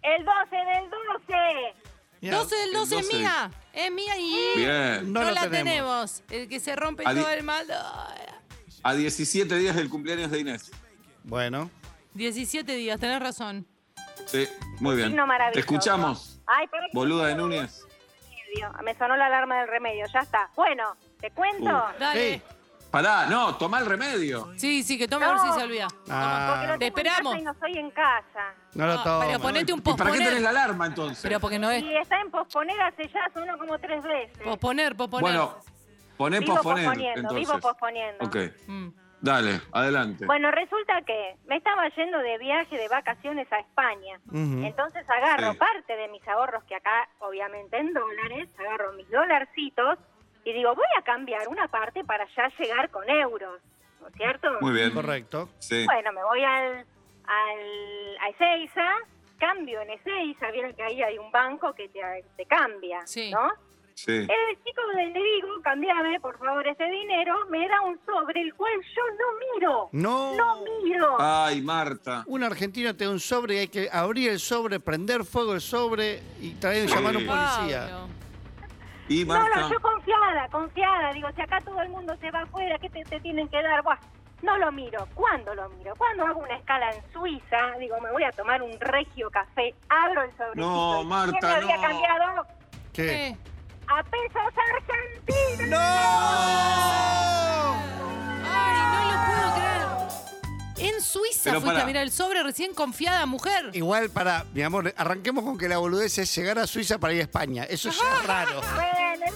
Speaker 8: El 12 del 12.
Speaker 5: Mirá,
Speaker 3: 12 del
Speaker 4: El
Speaker 3: 12 es
Speaker 4: 12.
Speaker 3: mía. Es mía y
Speaker 4: Bien.
Speaker 3: no,
Speaker 5: No lo
Speaker 3: la
Speaker 5: tenemos.
Speaker 3: tenemos. El que se rompe
Speaker 4: Adi-
Speaker 3: todo el mal.
Speaker 4: A 17 días del cumpleaños de Inés.
Speaker 5: Bueno,
Speaker 3: 17 días, tenés razón.
Speaker 4: Sí, muy bien.
Speaker 8: Signo maravilloso.
Speaker 4: Te escuchamos,
Speaker 8: Ay, pero
Speaker 4: boluda de Núñez.
Speaker 8: Me sonó la alarma del remedio, ya está. Bueno, te cuento.
Speaker 4: Uh.
Speaker 3: Dale.
Speaker 4: Pará, no, tomá el remedio.
Speaker 3: Sí, sí, que toma a ver si
Speaker 8: No.
Speaker 3: se olvida.
Speaker 8: Porque
Speaker 5: ah,
Speaker 8: lo
Speaker 3: Te
Speaker 8: tengo en casa
Speaker 3: esperamos.
Speaker 8: Y no estoy en casa.
Speaker 5: no lo
Speaker 3: No,
Speaker 5: tomo.
Speaker 3: Ah, pero ponete un
Speaker 4: ¿Y para qué tenés
Speaker 3: posponer.
Speaker 4: la alarma entonces?
Speaker 3: Pero porque no es.
Speaker 8: Y está en posponer hace ya uno como tres veces.
Speaker 3: Posponer, posponer.
Speaker 4: bueno, poné
Speaker 8: vivo
Speaker 4: posponer.
Speaker 8: posponiendo,
Speaker 4: entonces.
Speaker 8: vivo posponiendo.
Speaker 4: Ok,
Speaker 3: Mm.
Speaker 4: dale, adelante.
Speaker 8: Bueno, resulta que me estaba yendo de viaje de vacaciones a España.
Speaker 5: Ujú.
Speaker 8: Entonces agarro
Speaker 4: Sí.
Speaker 8: parte de mis ahorros, que acá obviamente en dólares, agarro mis dolarcitos y digo, voy a cambiar una parte para ya llegar con euros, ¿no es cierto?
Speaker 4: Muy bien.
Speaker 5: Correcto.
Speaker 4: Sí.
Speaker 8: Bueno, me voy al, al, a Ezeiza, cambio en Ezeiza, vieron que ahí hay un banco que te, te cambia,
Speaker 3: Sí.
Speaker 8: ¿no?
Speaker 4: Sí.
Speaker 8: El chico del le digo, cambiame por favor ese dinero, me da un sobre el cual yo no miro.
Speaker 5: No.
Speaker 8: No miro.
Speaker 4: Ay, Marta.
Speaker 5: Un argentino te da un sobre y hay que abrir el sobre, prender fuego el sobre y traer
Speaker 4: Sí.
Speaker 5: llamar a un
Speaker 3: Ah,
Speaker 5: policía.
Speaker 3: Pablo.
Speaker 4: Y
Speaker 8: No,
Speaker 4: Marta.
Speaker 8: no, yo confiada, confiada. Digo, si acá todo el mundo se va afuera, ¿qué te, te tienen que dar? Buah, no lo miro. ¿Cuándo lo miro? Cuando hago una escala en Suiza, digo, me voy a tomar un regio café, abro el sobrecito.
Speaker 4: No,
Speaker 8: y
Speaker 4: Marta,
Speaker 8: ¿Quién me había
Speaker 4: no.
Speaker 8: cambiado
Speaker 5: ¿Qué?
Speaker 3: Eh,
Speaker 8: a pesos argentinos?
Speaker 3: Ay, no lo puedo creer. En Suiza
Speaker 4: Pero
Speaker 3: fuiste
Speaker 4: pará.
Speaker 3: a mirar el sobre recién confiada, mujer.
Speaker 5: Igual para, mi amor, arranquemos con que la boludez es llegar a Suiza para ir a España. Eso ya es raro.
Speaker 8: Bueno,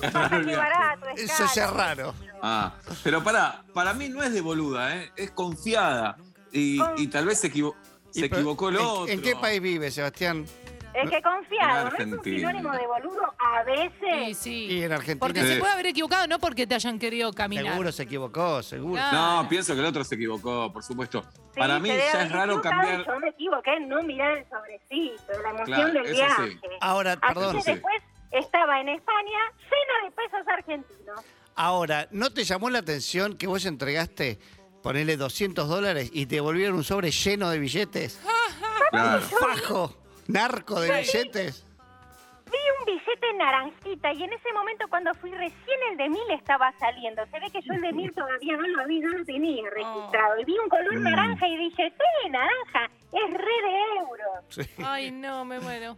Speaker 8: no importa qué barato es
Speaker 5: Eso ya es
Speaker 8: caro.
Speaker 5: raro.
Speaker 4: Ah, pero para, para mí no es de boluda, ¿eh? es confiada. Y, y tal vez se, equivo- se
Speaker 5: Y pero-
Speaker 4: equivocó el
Speaker 5: ¿en-
Speaker 4: otro.
Speaker 5: ¿En qué país vive, Sebastián?
Speaker 8: Es que
Speaker 4: En
Speaker 8: confiado, ¿no es
Speaker 4: Argentina.
Speaker 8: un sinónimo de boludo a
Speaker 3: Sí,
Speaker 8: veces?
Speaker 3: sí.
Speaker 5: Y en Argentina.
Speaker 3: Porque
Speaker 4: Sí.
Speaker 3: se puede haber equivocado, no porque te hayan querido caminar.
Speaker 5: Seguro se equivocó, seguro.
Speaker 3: Ah.
Speaker 4: No, pienso que el otro se equivocó, por supuesto. para mí ya es raro cambiar.
Speaker 8: Yo me equivoqué en no mirar el sobrecito, la emoción
Speaker 4: Claro,
Speaker 8: del
Speaker 4: eso
Speaker 8: viaje.
Speaker 4: sí.
Speaker 3: Ah,
Speaker 5: Ahora,
Speaker 8: Así
Speaker 5: perdón.
Speaker 8: que
Speaker 4: Sí.
Speaker 8: después estaba en España llena de pesos argentinos.
Speaker 5: Ahora, ¿no te llamó la atención que vos entregaste, ponele 200 dólares y te volvieron un sobre lleno de billetes?
Speaker 3: Ah.
Speaker 4: Claro.
Speaker 5: ¡Fajo! ¡Narco de billetes!
Speaker 8: Vi un billete naranjita y en ese momento cuando fui recién el de mil estaba saliendo. Se ve que yo el de mil todavía no lo vi, no lo
Speaker 4: Oh.
Speaker 8: tenía registrado. Y vi un
Speaker 4: Mm.
Speaker 8: color naranja y dije, sí, naranja, es re de euros.
Speaker 3: Ay, no, me muero.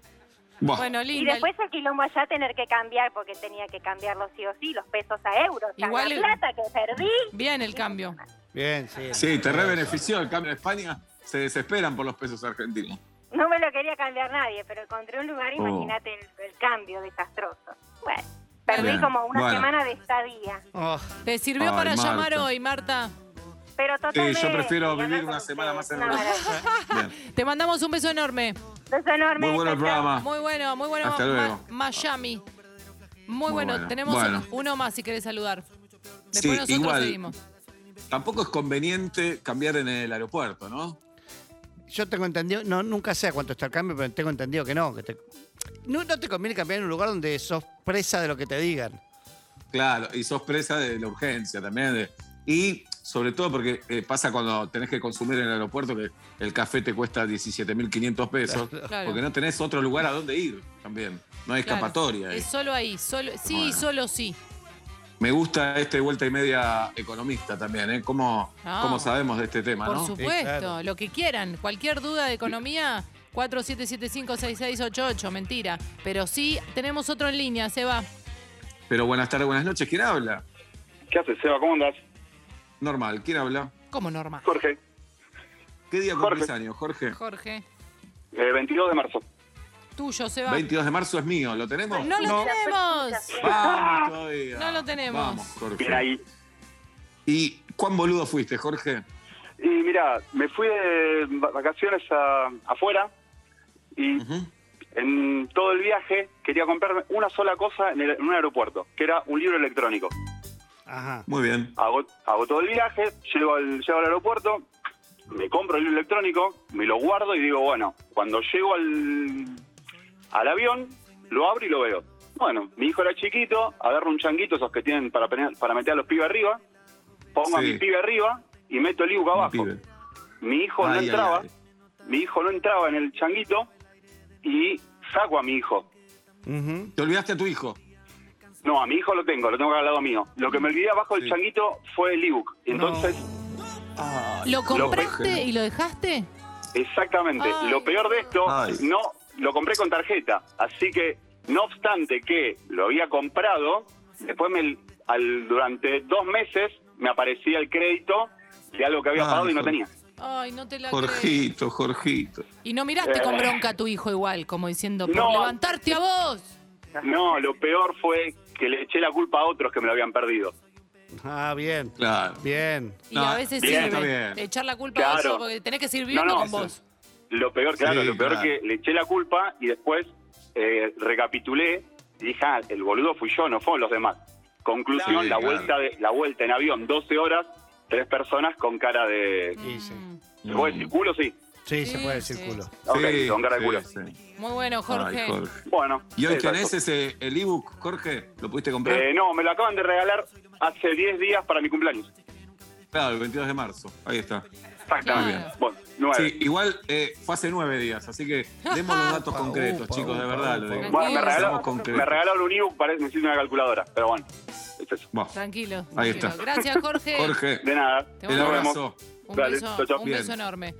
Speaker 4: Buah.
Speaker 3: Bueno,
Speaker 8: Y
Speaker 3: linda.
Speaker 8: después el quilombo allá tener que cambiar porque tenía que cambiarlo sí o sí, los pesos a euros.
Speaker 3: Igual-
Speaker 8: Igual la plata que perdí.
Speaker 3: Bien el cambio.
Speaker 5: Bien, sí.
Speaker 4: Sí, te re benefició el cambio en España. Se desesperan por los pesos argentinos.
Speaker 8: No me lo quería cambiar nadie, pero encontré un lugar,
Speaker 4: Oh.
Speaker 8: imagínate el, el cambio desastroso. Bueno, perdí
Speaker 4: Bien,
Speaker 8: como una
Speaker 4: bueno.
Speaker 8: semana de estadía.
Speaker 5: Oh,
Speaker 3: Te sirvió
Speaker 4: Ay,
Speaker 3: para
Speaker 4: Marta.
Speaker 3: llamar hoy, Marta.
Speaker 8: Pero
Speaker 4: Sí,
Speaker 8: totalmente.
Speaker 4: yo prefiero
Speaker 8: y
Speaker 4: vivir
Speaker 8: hablar
Speaker 4: una
Speaker 8: con
Speaker 4: semana más en
Speaker 8: ustedes, una
Speaker 4: Europa.
Speaker 8: maravilla.
Speaker 4: Bien.
Speaker 3: Te mandamos un beso enorme.
Speaker 8: Beso enorme.
Speaker 4: Muy bueno el
Speaker 8: chao, chao.
Speaker 4: programa.
Speaker 3: Muy bueno, muy bueno.
Speaker 4: Ah. Hasta
Speaker 3: Ma-
Speaker 4: luego.
Speaker 3: Miami. Muy,
Speaker 4: Muy
Speaker 3: bueno.
Speaker 4: bueno.
Speaker 3: Tenemos
Speaker 4: Bueno.
Speaker 3: uno más si querés saludar. Después
Speaker 4: Sí,
Speaker 3: nosotros
Speaker 4: igual.
Speaker 3: seguimos.
Speaker 4: Tampoco es conveniente cambiar en el aeropuerto, ¿no?
Speaker 5: yo tengo entendido, no, nunca sé a cuánto está el cambio, pero tengo entendido que no. Que te- no, no te conviene cambiar en un lugar donde sos presa de lo que te digan.
Speaker 4: Claro, y sos presa de la urgencia también. de- y sobre todo porque eh, pasa cuando tenés que consumir en el aeropuerto que el café te cuesta 17.500 pesos,
Speaker 3: Claro.
Speaker 4: porque no tenés otro lugar a donde ir también. No hay
Speaker 3: Claro.
Speaker 4: escapatoria. ahí.
Speaker 3: Es solo ahí. Solo, sí,
Speaker 4: Bueno.
Speaker 3: solo sí.
Speaker 4: Me gusta este vuelta y media economista también, ¿eh? ¿Cómo,
Speaker 3: Ah.
Speaker 4: cómo sabemos de este tema,
Speaker 3: Por
Speaker 4: no?
Speaker 3: supuesto.
Speaker 5: claro.
Speaker 3: Lo que quieran. Cualquier duda de economía, 47756688. Mentira. Pero sí, tenemos otro en línea, Seba.
Speaker 4: Pero buenas tardes, buenas noches. ¿Quién habla?
Speaker 7: ¿Qué haces, Seba? ¿Cómo andas?
Speaker 4: Normal, ¿quién habla?
Speaker 3: Como normal.
Speaker 7: Jorge,
Speaker 4: ¿Qué día
Speaker 7: Jorge.
Speaker 4: cumplís años, Jorge?
Speaker 3: Jorge.
Speaker 7: eh, 22 de marzo.
Speaker 3: Tuyo, Seba.
Speaker 4: 22 de marzo es mío, ¿lo tenemos?
Speaker 3: No lo tenemos.
Speaker 4: Vamos todavía.
Speaker 3: No lo tenemos.
Speaker 4: Vamos, Jorge.
Speaker 7: Bien ahí.
Speaker 4: ¿Y cuán boludo fuiste, Jorge?
Speaker 7: Y mira, me fui de va- vacaciones a- afuera y
Speaker 4: Ujú.
Speaker 7: en todo el viaje quería comprarme una sola cosa en, el- en un aeropuerto, que era un libro electrónico.
Speaker 5: Ajá.
Speaker 4: Muy bien.
Speaker 7: Hago, hago todo el viaje, llego al, llego al aeropuerto, me compro el libro electrónico, me lo guardo y digo, bueno, cuando llego al, al avión, lo abro y lo veo. Bueno, mi hijo era chiquito, agarro un changuito, esos que tienen para, pene- para meter a los pibes arriba, pongo a
Speaker 4: Sí.
Speaker 7: mi pibe arriba y meto el libro abajo.
Speaker 4: Pibe.
Speaker 7: Mi hijo no
Speaker 4: Ay, ay,
Speaker 7: entraba,
Speaker 4: ay.
Speaker 7: mi hijo no entraba en el changuito y saco a mi hijo.
Speaker 5: Ujú.
Speaker 4: Te olvidaste a tu hijo.
Speaker 7: No, a mi hijo lo tengo, lo tengo acá al lado mío. Lo que me olvidé abajo del
Speaker 4: Sí.
Speaker 7: changuito fue el ebook. Entonces,
Speaker 3: ¿Lo compraste
Speaker 4: Jorge.
Speaker 3: y lo dejaste?
Speaker 7: exactamente,
Speaker 3: Ay.
Speaker 7: lo peor de esto,
Speaker 4: Ay.
Speaker 7: no lo compré con tarjeta. Así que, no obstante que lo había comprado, después me, al, durante dos meses me aparecía el crédito de algo que había
Speaker 4: Ay,
Speaker 7: pagado y no
Speaker 4: Jorge.
Speaker 7: tenía.
Speaker 3: Ay, no te la creo.
Speaker 4: Jorgito, Jorgito.
Speaker 3: Y no miraste
Speaker 4: Eh.
Speaker 3: con bronca a tu hijo igual, como diciendo, por
Speaker 7: No.
Speaker 3: levantarte a vos.
Speaker 7: No, lo peor fue que le eché la culpa a otros que me lo habían perdido.
Speaker 5: Ah, bien.
Speaker 4: Claro.
Speaker 5: Bien.
Speaker 3: Y
Speaker 4: No,
Speaker 3: a veces
Speaker 7: bien,
Speaker 4: está
Speaker 3: sirve
Speaker 4: bien.
Speaker 3: echar la culpa a
Speaker 7: Claro.
Speaker 3: eso, porque tenés que seguir viviendo
Speaker 7: no,
Speaker 3: con
Speaker 7: eso.
Speaker 3: vos.
Speaker 7: Lo peor, claro,
Speaker 4: Sí,
Speaker 7: lo peor
Speaker 4: claro.
Speaker 7: que le eché la culpa y después eh, recapitulé y dije, ah, el boludo fui yo, no fueron los demás. Conclusión,
Speaker 4: Sí,
Speaker 7: la
Speaker 4: claro.
Speaker 7: vuelta de, la vuelta en avión, 12 horas, tres personas con cara de...
Speaker 5: Sí, sí.
Speaker 7: Voy a decir, culo sí.
Speaker 5: Sí, se
Speaker 3: Mm. Sí,
Speaker 5: puede
Speaker 3: sí.
Speaker 5: decir culo.
Speaker 7: Ok, con cara de
Speaker 4: sí,
Speaker 7: culo.
Speaker 4: sí.
Speaker 3: Muy bueno, Jorge.
Speaker 4: Ay, Jorge.
Speaker 7: Bueno.
Speaker 4: ¿Y hoy
Speaker 7: esas
Speaker 4: tenés
Speaker 7: cosas.
Speaker 4: ese, el ebook, Jorge? ¿Lo pudiste comprar?
Speaker 7: Eh, no, me lo acaban de regalar hace 10 días para mi cumpleaños.
Speaker 4: Claro, Ah, el 22 de marzo. Ahí está.
Speaker 7: Exactamente.
Speaker 3: Claro.
Speaker 7: Bueno, nueve.
Speaker 4: Sí, igual eh, fue hace nueve días, así que demos los datos
Speaker 5: Upa,
Speaker 4: concretos,
Speaker 5: upa,
Speaker 4: chicos, de
Speaker 5: upa, upa.
Speaker 4: verdad. lo
Speaker 7: Bueno, me
Speaker 4: digo.
Speaker 3: Tranquilos.
Speaker 4: Seamos
Speaker 7: regalaron,
Speaker 4: concretos.
Speaker 7: me regalaron un ebook, parece, necesito una calculadora, pero bueno, es eso.
Speaker 4: Bueno,
Speaker 3: Tranquilo.
Speaker 4: Ahí
Speaker 3: tranquilo.
Speaker 4: está.
Speaker 3: Gracias, Jorge.
Speaker 4: Jorge,
Speaker 7: De nada.
Speaker 3: Te
Speaker 4: el
Speaker 3: mando
Speaker 7: Nos vemos.
Speaker 4: abrazo.
Speaker 3: Un,
Speaker 7: Dale,
Speaker 3: beso,
Speaker 7: chao, chao.
Speaker 3: un
Speaker 4: Bien.
Speaker 3: beso enorme.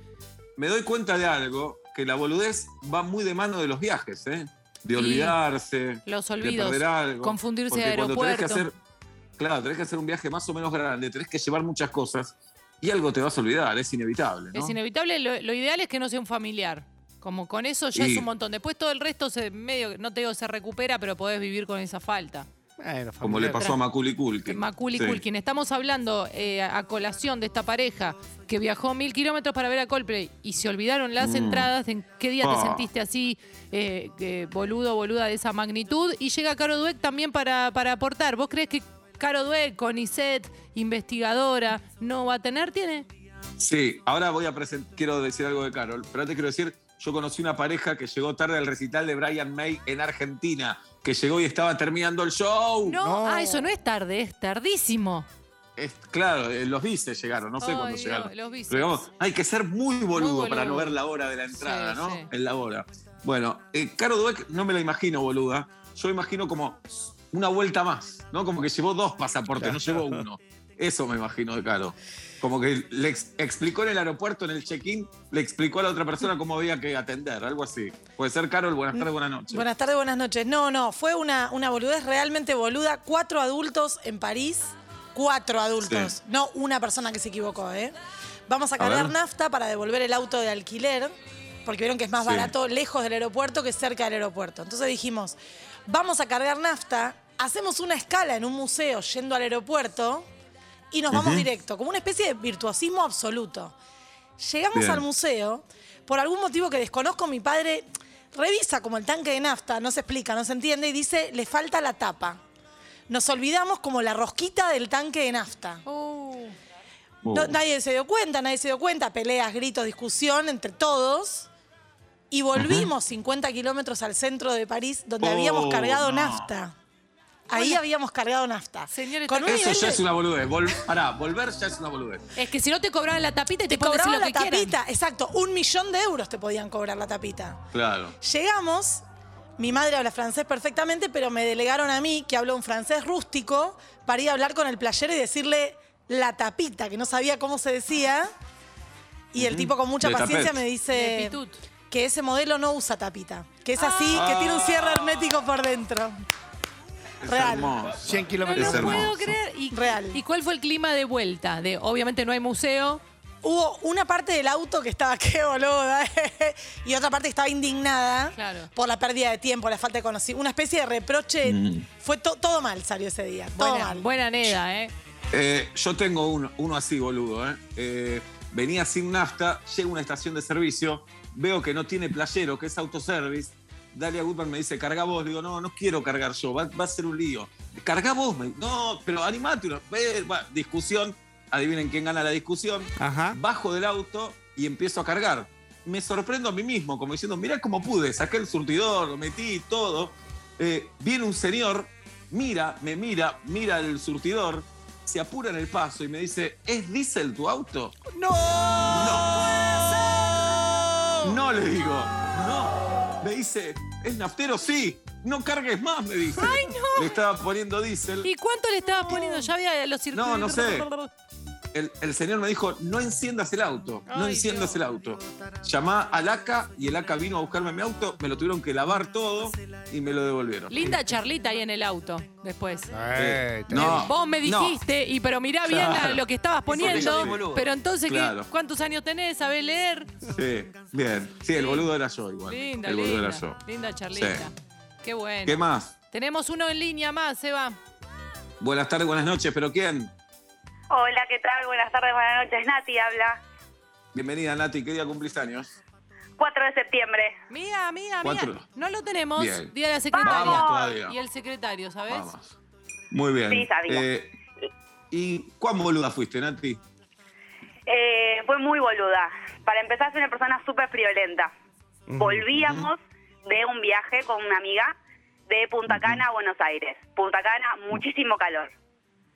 Speaker 4: Me doy cuenta de algo, que la boludez va muy de mano de los viajes, ¿eh? De
Speaker 3: Sí.
Speaker 4: olvidarse,
Speaker 3: Los
Speaker 4: de
Speaker 3: olvidos.
Speaker 4: perder algo.
Speaker 3: Confundirse de
Speaker 4: Porque cuando tenés que
Speaker 3: aeropuerto.
Speaker 4: hacer, claro, tenés que hacer un viaje más o menos grande, tenés que llevar muchas cosas y algo te vas a olvidar, es inevitable, ¿no?
Speaker 3: Es inevitable, lo, lo ideal es que no sea un familiar. Como con eso ya
Speaker 4: Y-
Speaker 3: es un montón. Después todo el resto se medio, no te digo se recupera, pero podés vivir con esa falta.
Speaker 5: Bueno,
Speaker 4: Como le
Speaker 5: familiar.
Speaker 4: pasó a Maculi Culkin.
Speaker 3: Maculi
Speaker 4: Sí.
Speaker 3: Culkin. Estamos hablando eh, a colación de esta pareja que viajó mil kilómetros para ver a Coldplay y se olvidaron las entradas. ¿En qué día
Speaker 4: Mm. Ah.
Speaker 3: te sentiste así, eh, eh, boludo, boluda de esa magnitud? Y llega Caro Dueck también para, para aportar. ¿Vos crees que Caro Dueck, Conicet, investigadora, no va a tener? ¿Tiene?
Speaker 4: Sí, ahora voy a presentar, quiero decir algo de Carol, pero antes quiero decir, yo conocí una pareja que llegó tarde al recital de Brian May en Argentina, que llegó y estaba terminando el show.
Speaker 3: No,
Speaker 5: no.
Speaker 3: ah, eso no es tarde, es tardísimo.
Speaker 4: Es- claro, eh, los bices llegaron, no sé
Speaker 3: Ay,
Speaker 4: cuándo
Speaker 3: no,
Speaker 4: llegaron.
Speaker 3: los bices.
Speaker 4: Pero digamos, hay que ser muy boludo,
Speaker 3: boludo.
Speaker 4: para no ver la hora de la entrada,
Speaker 3: Sí,
Speaker 4: ¿no?
Speaker 3: sí.
Speaker 4: En la hora. Bueno, eh, Caro Dweck no me la imagino boluda, yo imagino como una vuelta más, ¿no? Como que llevó dos pasaportes, no llevó uno. Eso me imagino de Caro. Como que le ex- explicó en el aeropuerto, en el check-in, le explicó a la otra persona cómo había que atender, algo así. Puede ser, Carol, buenas tardes, buenas noches.
Speaker 9: Buenas tardes, buenas noches. No, no, fue una, una boludez realmente boluda. Cuatro adultos en París. Cuatro adultos.
Speaker 4: Sí.
Speaker 9: No una persona que se equivocó, ¿eh? Vamos a
Speaker 4: ver.
Speaker 9: cargar nafta para devolver el auto de alquiler, porque vieron que es más
Speaker 4: Sí.
Speaker 9: barato lejos del aeropuerto que cerca del aeropuerto. Entonces dijimos, vamos a cargar nafta, hacemos una escala en un museo yendo al aeropuerto y nos vamos directo, como una especie de virtuosismo absoluto. Llegamos
Speaker 4: Bien.
Speaker 9: al museo, por algún motivo que desconozco, mi padre revisa como el tanque de nafta, no se explica, no se entiende, y dice, le falta la tapa. Nos olvidamos como la rosquita del tanque de nafta.
Speaker 3: Oh.
Speaker 4: Uh,
Speaker 9: No- nadie se dio cuenta, nadie se dio cuenta, peleas, gritos, discusión entre todos. Y volvimos 50 kilómetros al centro de París, donde
Speaker 4: Oh,
Speaker 9: habíamos cargado
Speaker 4: no.
Speaker 9: nafta. Ahí habíamos cargado nafta.
Speaker 3: Señores,
Speaker 9: Con un
Speaker 4: eso
Speaker 9: nivel
Speaker 4: ya
Speaker 9: de-
Speaker 4: es una boludez. Vol- pará, volver ya es una boludez.
Speaker 3: Es que si no te cobraban la tapita y te,
Speaker 9: Te
Speaker 3: pueden decir
Speaker 9: cobraban
Speaker 3: lo
Speaker 9: la
Speaker 3: que quieran.
Speaker 9: tapita, exacto. Un millón de euros te podían cobrar la tapita.
Speaker 4: Claro.
Speaker 9: Llegamos, mi madre habla francés perfectamente, pero me delegaron a mí, que hablo un francés rústico, para ir a hablar con el playero y decirle la tapita, que no sabía cómo se decía. Y el tipo con mucha
Speaker 4: Le
Speaker 9: paciencia
Speaker 4: tapet.
Speaker 9: me
Speaker 3: Le
Speaker 9: dice
Speaker 3: pitut.
Speaker 9: que ese modelo no usa tapita, que es así, que tiene un cierre hermético por dentro.
Speaker 4: Es
Speaker 9: Real.
Speaker 4: hermoso.
Speaker 5: 100
Speaker 3: No
Speaker 5: kilómetros.
Speaker 4: Es
Speaker 3: lo
Speaker 5: por hora.
Speaker 3: puedo
Speaker 4: hermoso.
Speaker 3: creer. ¿Y,
Speaker 9: Real.
Speaker 3: ¿Y cuál fue el clima de vuelta? De, obviamente no hay museo.
Speaker 9: Hubo una parte del auto que estaba qué boluda y otra parte que estaba indignada
Speaker 3: Claro.
Speaker 9: por la pérdida de tiempo, la falta de conocimiento, una especie de reproche.
Speaker 4: Mm.
Speaker 9: Fue to- todo mal salió ese día, todo
Speaker 3: Buena,
Speaker 9: mal.
Speaker 3: buena neda, ¿eh?
Speaker 4: Eh, yo tengo uno, uno así, boludo. ¿eh? Eh, venía sin nafta, llego a una estación de servicio, veo que no tiene playero, que es autoservice. Dalia Goodman me dice, carga vos. Le digo, no, no quiero cargar yo, va, va a ser un lío. Carga vos. Me, no, pero animate. Una, ve, va, discusión. Adivinen quién gana la discusión.
Speaker 5: Ajá.
Speaker 4: Bajo del auto y empiezo a cargar. Me sorprendo a mí mismo, como diciendo, mirá cómo pude. Saqué el surtidor, lo metí, todo. Eh, viene un señor, mira, me mira, mira el surtidor, se apura en el paso y me dice, ¿es diésel tu auto? No. No le digo, no. Me dice, ¿es naftero? Sí. No cargues más, me dice.
Speaker 3: Ay, no.
Speaker 4: Le estaba poniendo diésel.
Speaker 3: ¿Y cuánto le estabas poniendo? Ya había los circuitos.
Speaker 4: No, no sé. El, el señor me dijo, no enciendas el auto, no
Speaker 3: Ay,
Speaker 4: enciendas
Speaker 3: Dios.
Speaker 4: el auto. Llamá al ACA y el ACA vino a buscarme mi auto, me lo tuvieron que lavar todo y me lo devolvieron.
Speaker 3: Linda charlita ahí en el auto después.
Speaker 5: Eh, te-
Speaker 4: No.
Speaker 3: Vos me
Speaker 4: no.
Speaker 3: dijiste, y pero mirá bien
Speaker 4: Claro.
Speaker 3: a lo que estabas
Speaker 4: Porque yo soy
Speaker 3: poniendo.
Speaker 4: boludo.
Speaker 3: Pero entonces, ¿qué-
Speaker 4: Claro.
Speaker 3: ¿cuántos años tenés? ¿Sabés leer?
Speaker 4: Sí, bien. Sí, el boludo era yo igual.
Speaker 3: Linda,
Speaker 4: el boludo
Speaker 3: linda.
Speaker 4: era yo.
Speaker 3: Linda charlita.
Speaker 4: Sí.
Speaker 3: Qué bueno.
Speaker 4: ¿Qué más?
Speaker 3: Tenemos uno en línea más, Eva.
Speaker 4: Buenas tardes, buenas noches, pero ¿quién?
Speaker 8: Hola, ¿qué tal? Buenas tardes, buenas noches. Nati habla.
Speaker 4: Bienvenida, Nati, ¿qué día cumplís años?
Speaker 8: 4 de septiembre.
Speaker 3: Mía, mía,
Speaker 4: Cuatro.
Speaker 3: mía. No lo tenemos.
Speaker 4: Bien.
Speaker 3: Día de la secretaria.
Speaker 4: Vamos todavía.
Speaker 3: Y el secretario, ¿sabes?
Speaker 4: Vamos. Muy bien.
Speaker 8: Sí, sabía.
Speaker 4: Eh, ¿Y cuán boluda fuiste, Nati?
Speaker 8: Eh,
Speaker 10: fue muy boluda. Para empezar, soy una persona súper friolenta. Volvíamos de un viaje con una amiga de Punta Cana a Buenos Aires. Punta Cana, muchísimo calor.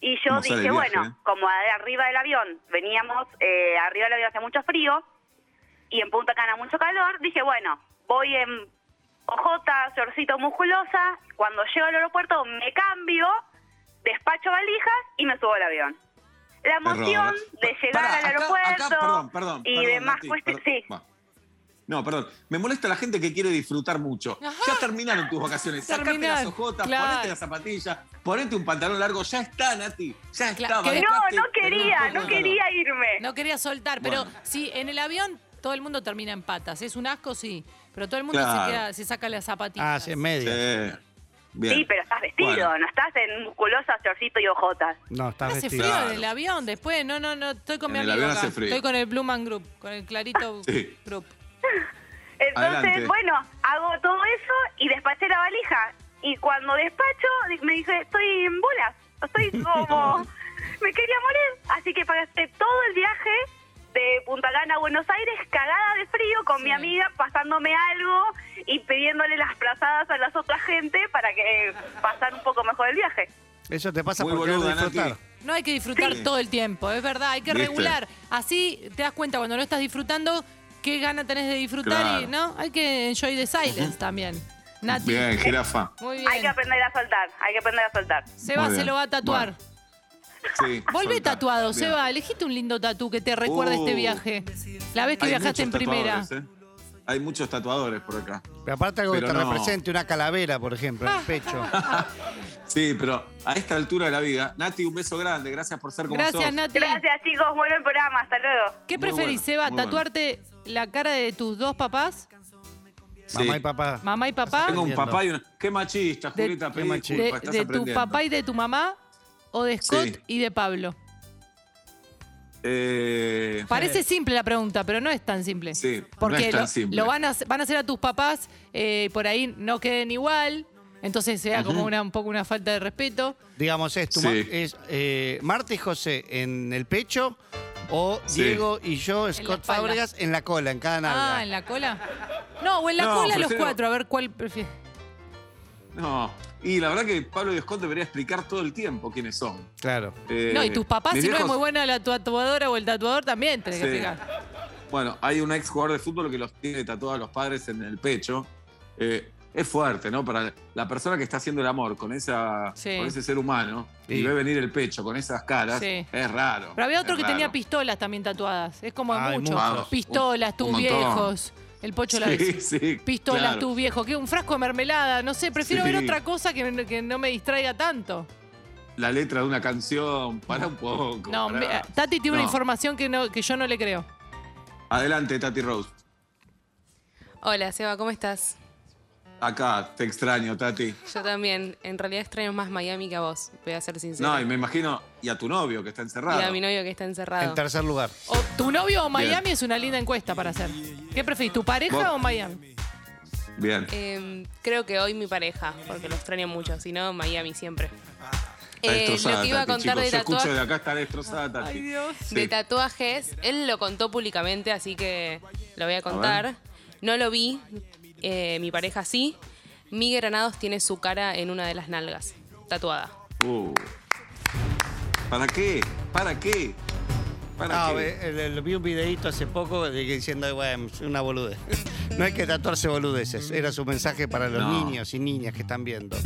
Speaker 10: Y yo
Speaker 11: ¿Cómo sale
Speaker 10: dije,
Speaker 11: el viaje,
Speaker 10: bueno,
Speaker 11: eh?
Speaker 10: como de arriba del avión, veníamos eh, arriba del avión hace mucho frío y en Punta Cana mucho calor, dije, bueno, voy en ojota, shortcito musculosa, cuando llego al aeropuerto me cambio, despacho valijas y me subo al avión. La
Speaker 4: Error.
Speaker 10: emoción de llegar
Speaker 4: Pará,
Speaker 10: al
Speaker 4: acá-
Speaker 10: aeropuerto
Speaker 4: acá, perdón, perdón,
Speaker 10: y
Speaker 4: perdón,
Speaker 10: demás
Speaker 4: Nati,
Speaker 10: cuestiones, sí.
Speaker 4: No, perdón. Me molesta la gente que quiere disfrutar mucho. Ya terminaron tus vacaciones. Sacate las
Speaker 10: Terminaron,
Speaker 4: ojotas,
Speaker 10: claro.
Speaker 4: ponete las zapatillas, ponete un pantalón largo. Ya está, Nati. Ya está.
Speaker 3: Claro, que-
Speaker 4: bancaste, terminó el juego.
Speaker 10: irme.
Speaker 3: No quería soltar, pero
Speaker 4: Bueno.
Speaker 3: sí, en el avión todo el mundo termina en patas. Es un asco, sí, pero todo el mundo
Speaker 4: Claro.
Speaker 3: se, queda- se saca las zapatillas.
Speaker 5: Ah, sí, en medio.
Speaker 4: Sí. Bien.
Speaker 10: Sí, pero estás vestido,
Speaker 4: Bueno.
Speaker 10: no estás en musculosa, shortcito y ojotas.
Speaker 5: No, está
Speaker 3: Hace frío
Speaker 5: vestido.
Speaker 3: en el avión después. No, no, no. Estoy con
Speaker 4: En
Speaker 3: mi
Speaker 4: el
Speaker 3: amigo.
Speaker 4: avión
Speaker 3: acá.
Speaker 4: hace frío.
Speaker 3: Estoy con el Blue Man Group, con el Clarito
Speaker 4: Sí.
Speaker 3: Group.
Speaker 10: Entonces,
Speaker 4: Adelante.
Speaker 10: bueno, hago todo eso y despaché la valija. Y cuando despacho, di- me dije, estoy en bolas. Estoy como... me quería morir. Así que pasé todo el viaje de Punta Cana a Buenos Aires cagada de frío con mi amiga pasándome algo y pidiéndole las plazadas a las otras gente para que eh, pasar un poco mejor el viaje.
Speaker 5: Eso te pasa
Speaker 4: Muy
Speaker 5: por querer
Speaker 4: boluda, Nati.
Speaker 5: disfrutar.
Speaker 3: No hay que disfrutar
Speaker 4: Sí.
Speaker 3: todo el tiempo, es verdad, hay que
Speaker 4: ¿Viste?
Speaker 3: regular. Así te das cuenta cuando no estás disfrutando qué gana tenés de disfrutar y
Speaker 4: Claro.
Speaker 3: no, hay que enjoy the silence también. Nati.
Speaker 4: Bien, jirafa.
Speaker 3: Muy bien.
Speaker 10: Hay que aprender a soltar, hay que aprender a soltar.
Speaker 3: Seba
Speaker 4: Muy
Speaker 3: se
Speaker 4: bien.
Speaker 3: lo va a tatuar.
Speaker 4: Sí,
Speaker 3: Volvé
Speaker 4: soltá.
Speaker 3: tatuado,
Speaker 4: Bien.
Speaker 3: Seba, elegiste un lindo tatu que te recuerde este
Speaker 4: Uh.
Speaker 3: viaje. La vez que
Speaker 4: Hay
Speaker 3: viajaste en
Speaker 4: muchos
Speaker 3: primera.
Speaker 4: tatuadores, ¿eh? Hay muchos tatuadores por acá.
Speaker 5: Pero aparte algo
Speaker 4: Pero
Speaker 5: que te
Speaker 4: no.
Speaker 5: represente, una calavera, por ejemplo, en el pecho.
Speaker 4: Sí, pero a esta altura de la vida, Nati, un beso grande. Gracias por ser como
Speaker 3: Gracias,
Speaker 4: sos.
Speaker 3: Nati.
Speaker 10: Gracias chicos, buen programa, hasta luego.
Speaker 3: ¿Qué
Speaker 4: Muy
Speaker 3: preferís,
Speaker 4: bueno,
Speaker 3: Seba?
Speaker 4: muy bueno.
Speaker 3: ¿Tatuarte la cara de tus dos papás?
Speaker 4: Sí.
Speaker 5: Mamá y papá.
Speaker 3: ¿Mamá y papá?
Speaker 4: Tengo un
Speaker 5: Entiendo.
Speaker 4: papá y una. Qué machista,
Speaker 3: de,
Speaker 4: Julieta,
Speaker 3: de-
Speaker 4: pedí disculpas,
Speaker 3: de-
Speaker 4: estás
Speaker 3: de tu
Speaker 4: aprendiendo.
Speaker 3: papá y de tu mamá o de Scott
Speaker 4: Sí.
Speaker 3: y de Pablo?
Speaker 4: Eh,
Speaker 3: Parece simple la pregunta, pero no es tan simple.
Speaker 4: Sí,
Speaker 3: Porque
Speaker 4: no es tan
Speaker 3: lo,
Speaker 4: simple.
Speaker 3: lo van, a, hacer- van a hacer a tus papás, eh, por ahí no queden igual, entonces sea como una, un poco una falta de respeto.
Speaker 5: Digamos, es, tu
Speaker 4: Sí.
Speaker 5: ma- es eh, Marta y José en el pecho o
Speaker 4: Sí.
Speaker 5: Diego y yo, Scott
Speaker 3: espalda.
Speaker 5: Fábregas, en la cola, en cada nalga.
Speaker 3: Ah, ¿en la cola? No, o en la
Speaker 4: No,
Speaker 3: cola los
Speaker 4: prefiero-
Speaker 3: cuatro, a ver cuál prefieres.
Speaker 4: No. Y la verdad que Pablo y Scott debería explicar todo el tiempo quiénes son.
Speaker 5: Claro.
Speaker 4: Eh,
Speaker 3: no, y tus papás, si
Speaker 4: mis
Speaker 3: no es
Speaker 4: viejos-
Speaker 3: muy buena la tatuadora o el tatuador, también tenés que
Speaker 4: Sí.
Speaker 3: explicar.
Speaker 4: Bueno, hay un ex jugador de fútbol que los tiene tatuados a los padres en el pecho. Eh, es fuerte, ¿no? Para la persona que está haciendo el amor con, esa,
Speaker 3: Sí.
Speaker 4: con ese ser humano y
Speaker 5: Sí.
Speaker 4: ve venir el pecho con esas caras,
Speaker 3: Sí.
Speaker 4: es raro.
Speaker 3: Pero había otro
Speaker 4: es
Speaker 3: que tenía
Speaker 4: raro.
Speaker 3: pistolas también tatuadas. Es como
Speaker 5: Ay,
Speaker 3: mucho.
Speaker 4: muchos.
Speaker 3: Pistolas,
Speaker 4: Un-
Speaker 3: tus
Speaker 4: un montón.
Speaker 3: viejos. El pocho la
Speaker 4: Sí, sí,
Speaker 3: Pistolas,
Speaker 4: claro.
Speaker 3: tus viejos. Que un frasco de mermelada. No sé, prefiero
Speaker 4: Sí.
Speaker 3: ver otra cosa que, que no me distraiga tanto.
Speaker 4: La letra de una canción, para un poco.
Speaker 3: No,
Speaker 4: pará.
Speaker 11: eh,
Speaker 3: me- eh, Tati tiene
Speaker 4: No.
Speaker 3: una información que, no, que yo no le creo.
Speaker 4: Adelante, Tati Rose.
Speaker 11: Hola, Seba, ¿cómo estás?
Speaker 4: Acá, te extraño, Tati.
Speaker 11: Yo también. En realidad extraño más Miami que a vos, voy a ser sincera.
Speaker 4: No, y me imagino, y a tu novio que está encerrado.
Speaker 11: Y a mi novio que está encerrado.
Speaker 5: En tercer lugar.
Speaker 3: O tu novio o Miami
Speaker 4: Bien.
Speaker 3: es una linda encuesta para hacer. ¿Qué preferís, tu pareja
Speaker 4: Vos-
Speaker 3: o Miami?
Speaker 4: Bien.
Speaker 11: Em, creo que hoy mi pareja, porque lo extraño mucho. Si no, Miami siempre.
Speaker 4: Está
Speaker 11: Eh,
Speaker 4: destrozada,
Speaker 11: lo que iba a
Speaker 4: Tati,
Speaker 11: contar
Speaker 4: chicos.
Speaker 11: de
Speaker 4: Yo escucho de
Speaker 11: tatuajes.
Speaker 4: acá está destrozada, Tati.
Speaker 3: Ay, Dios.
Speaker 4: Sí.
Speaker 11: de tatuajes, él lo contó públicamente, así que lo voy a contar.
Speaker 4: ver.
Speaker 11: no lo vi, eh, mi pareja sí. Miguel Granados tiene su cara en una de las nalgas, tatuada.
Speaker 4: Uh. ¿Para qué? ¿Para qué? ¿Para
Speaker 5: No, eh,
Speaker 4: qué?
Speaker 5: Ah, ve- el- el- vi un videito hace poco de que diciendo, bueno, es una boludez. No hay que tatuarse boludeces. Era su mensaje para los
Speaker 4: No.
Speaker 5: niños y niñas que están viendo.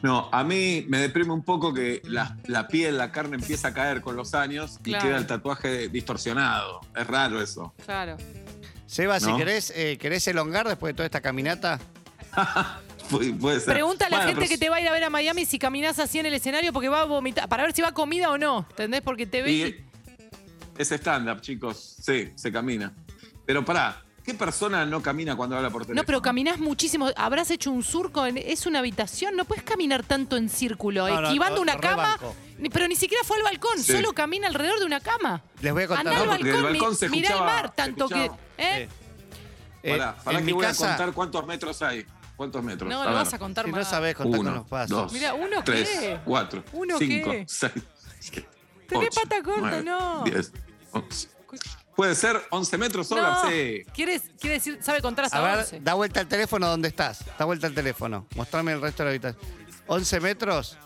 Speaker 4: No, a mí me deprime un poco que la, la piel, la carne empieza a caer con los años y
Speaker 3: Claro.
Speaker 4: queda el tatuaje distorsionado. Es raro eso.
Speaker 3: Claro.
Speaker 5: Seba, si
Speaker 4: No.
Speaker 5: querés, eh, ¿querés elongar después de toda esta caminata?
Speaker 4: Pu- puede ser.
Speaker 3: Pregunta a la
Speaker 4: Bueno,
Speaker 3: gente
Speaker 4: pero
Speaker 3: que
Speaker 4: si-
Speaker 3: te va a ir a ver a Miami si caminás así en el escenario porque va a vomitar, para ver si va comida o no, ¿entendés? Porque te ve
Speaker 4: y-
Speaker 3: y-
Speaker 4: eh, Es stand-up, chicos. Sí, se camina. Pero pará, ¿qué persona no camina cuando habla por teléfono?
Speaker 3: No, pero caminás muchísimo. Habrás hecho un surco, en- es una habitación. No puedes caminar tanto en círculo,
Speaker 5: No, no,
Speaker 3: esquivando
Speaker 5: lo-
Speaker 3: una
Speaker 5: lo
Speaker 3: cama.
Speaker 5: rebanco.
Speaker 3: ni- Pero ni siquiera fue al balcón,
Speaker 4: Sí.
Speaker 3: solo camina alrededor de una cama.
Speaker 5: Les voy a contar.
Speaker 3: Andá al
Speaker 4: No, porque
Speaker 3: balcón,
Speaker 4: del balcón
Speaker 3: mi-
Speaker 4: se
Speaker 3: mirá el
Speaker 4: escuchaba-
Speaker 3: mar
Speaker 4: se
Speaker 3: tanto que.
Speaker 4: escuchaba.
Speaker 3: ¿eh?
Speaker 5: Eh,
Speaker 4: Pará, pará
Speaker 5: en
Speaker 4: que
Speaker 5: mi
Speaker 4: voy
Speaker 5: casa,
Speaker 4: a contar cuántos metros hay. ¿Cuántos metros?
Speaker 3: No,
Speaker 4: A
Speaker 3: lo
Speaker 4: ver.
Speaker 3: vas a contar
Speaker 5: si no
Speaker 3: más.
Speaker 5: sabés contar
Speaker 4: Uno,
Speaker 5: con los pasos.
Speaker 4: dos,
Speaker 3: Mirá, ¿uno
Speaker 4: tres,
Speaker 3: qué?
Speaker 4: cuatro,
Speaker 3: ¿Uno
Speaker 4: cinco,
Speaker 3: qué?
Speaker 4: seis, siete,
Speaker 3: Tenés
Speaker 4: ocho,
Speaker 3: pata corta,
Speaker 4: nueve,
Speaker 3: no.
Speaker 4: diez, once. Puede ser 11 metros sola,
Speaker 3: No.
Speaker 4: sí.
Speaker 3: ¿Quieres, quiere decir, sabe contar hasta
Speaker 5: A
Speaker 3: 11?
Speaker 5: ver, da vuelta al teléfono donde estás. Da vuelta al teléfono. Mostrame el resto de la habitación. 11 metros.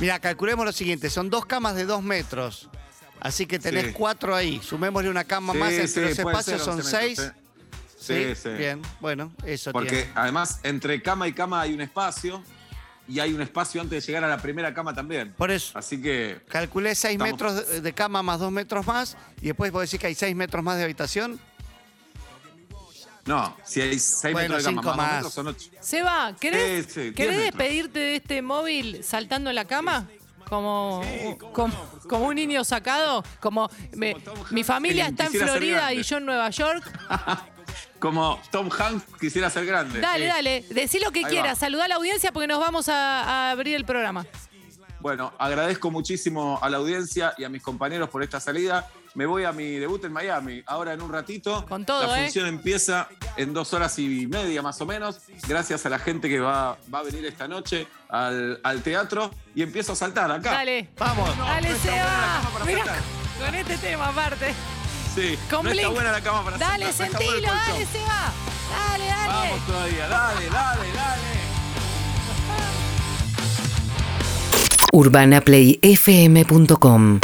Speaker 5: Mira, calculemos lo siguiente. Son dos camas de 2 metros. Así que tenés
Speaker 4: Sí.
Speaker 5: cuatro ahí. Sumémosle una cama más.
Speaker 4: Sí,
Speaker 5: Entre
Speaker 4: sí,
Speaker 5: los
Speaker 4: puede
Speaker 5: espacios
Speaker 4: ser
Speaker 5: son
Speaker 4: 11 metros,
Speaker 5: seis.
Speaker 4: Sí, sí.
Speaker 5: Bien, bueno, eso
Speaker 4: Porque
Speaker 5: tiene.
Speaker 4: además, entre cama y cama hay un espacio. Y hay un espacio antes de llegar a la primera cama también.
Speaker 5: Por eso.
Speaker 4: Así que.
Speaker 5: Calculé 6
Speaker 4: Estamos-
Speaker 5: metros de- de cama más 2 metros más. Y después vos decís que hay 6 metros más de habitación.
Speaker 4: No, si hay 6
Speaker 5: Bueno,
Speaker 4: metros de cama
Speaker 5: cinco
Speaker 4: dos
Speaker 5: más.
Speaker 4: metros, son 8.
Speaker 3: Seba, ¿querés,
Speaker 4: Sí, sí, diez
Speaker 3: ¿querés
Speaker 4: metros.
Speaker 3: despedirte de este móvil saltando en la cama? Como, como, como un niño sacado, como me- mi familia
Speaker 4: Que
Speaker 3: está en
Speaker 4: quisiera ser
Speaker 3: Florida
Speaker 4: grande.
Speaker 3: y yo en Nueva York.
Speaker 4: Como Tom Hanks quisiera ser grande.
Speaker 3: Dale,
Speaker 4: Sí.
Speaker 3: dale, decí lo que
Speaker 4: Ahí
Speaker 3: quieras,
Speaker 4: va.
Speaker 3: saludá a la audiencia porque nos vamos a, a abrir el programa.
Speaker 4: Bueno, agradezco muchísimo a la audiencia y a mis compañeros por esta salida. Me voy a mi debut en Miami, ahora en un ratito.
Speaker 3: Con todo,
Speaker 4: La
Speaker 3: ¿eh?
Speaker 4: función empieza en dos horas y media más o menos, gracias a la gente que va, va a venir esta noche al, al teatro y empiezo a saltar acá.
Speaker 3: Dale.
Speaker 4: Vamos.
Speaker 3: Dale, Seba.
Speaker 4: para
Speaker 3: Mirá,
Speaker 4: saltar.
Speaker 3: con este tema aparte.
Speaker 4: Sí,
Speaker 3: Con
Speaker 4: no está
Speaker 3: Blink.
Speaker 4: buena la cama para
Speaker 3: Dale,
Speaker 4: saltar, no está bueno el
Speaker 3: sentilo,
Speaker 4: colchón.
Speaker 3: dale, Seba. Dale, dale.
Speaker 4: Vamos todavía, dale, dale, dale.
Speaker 12: urbanaplayfm.com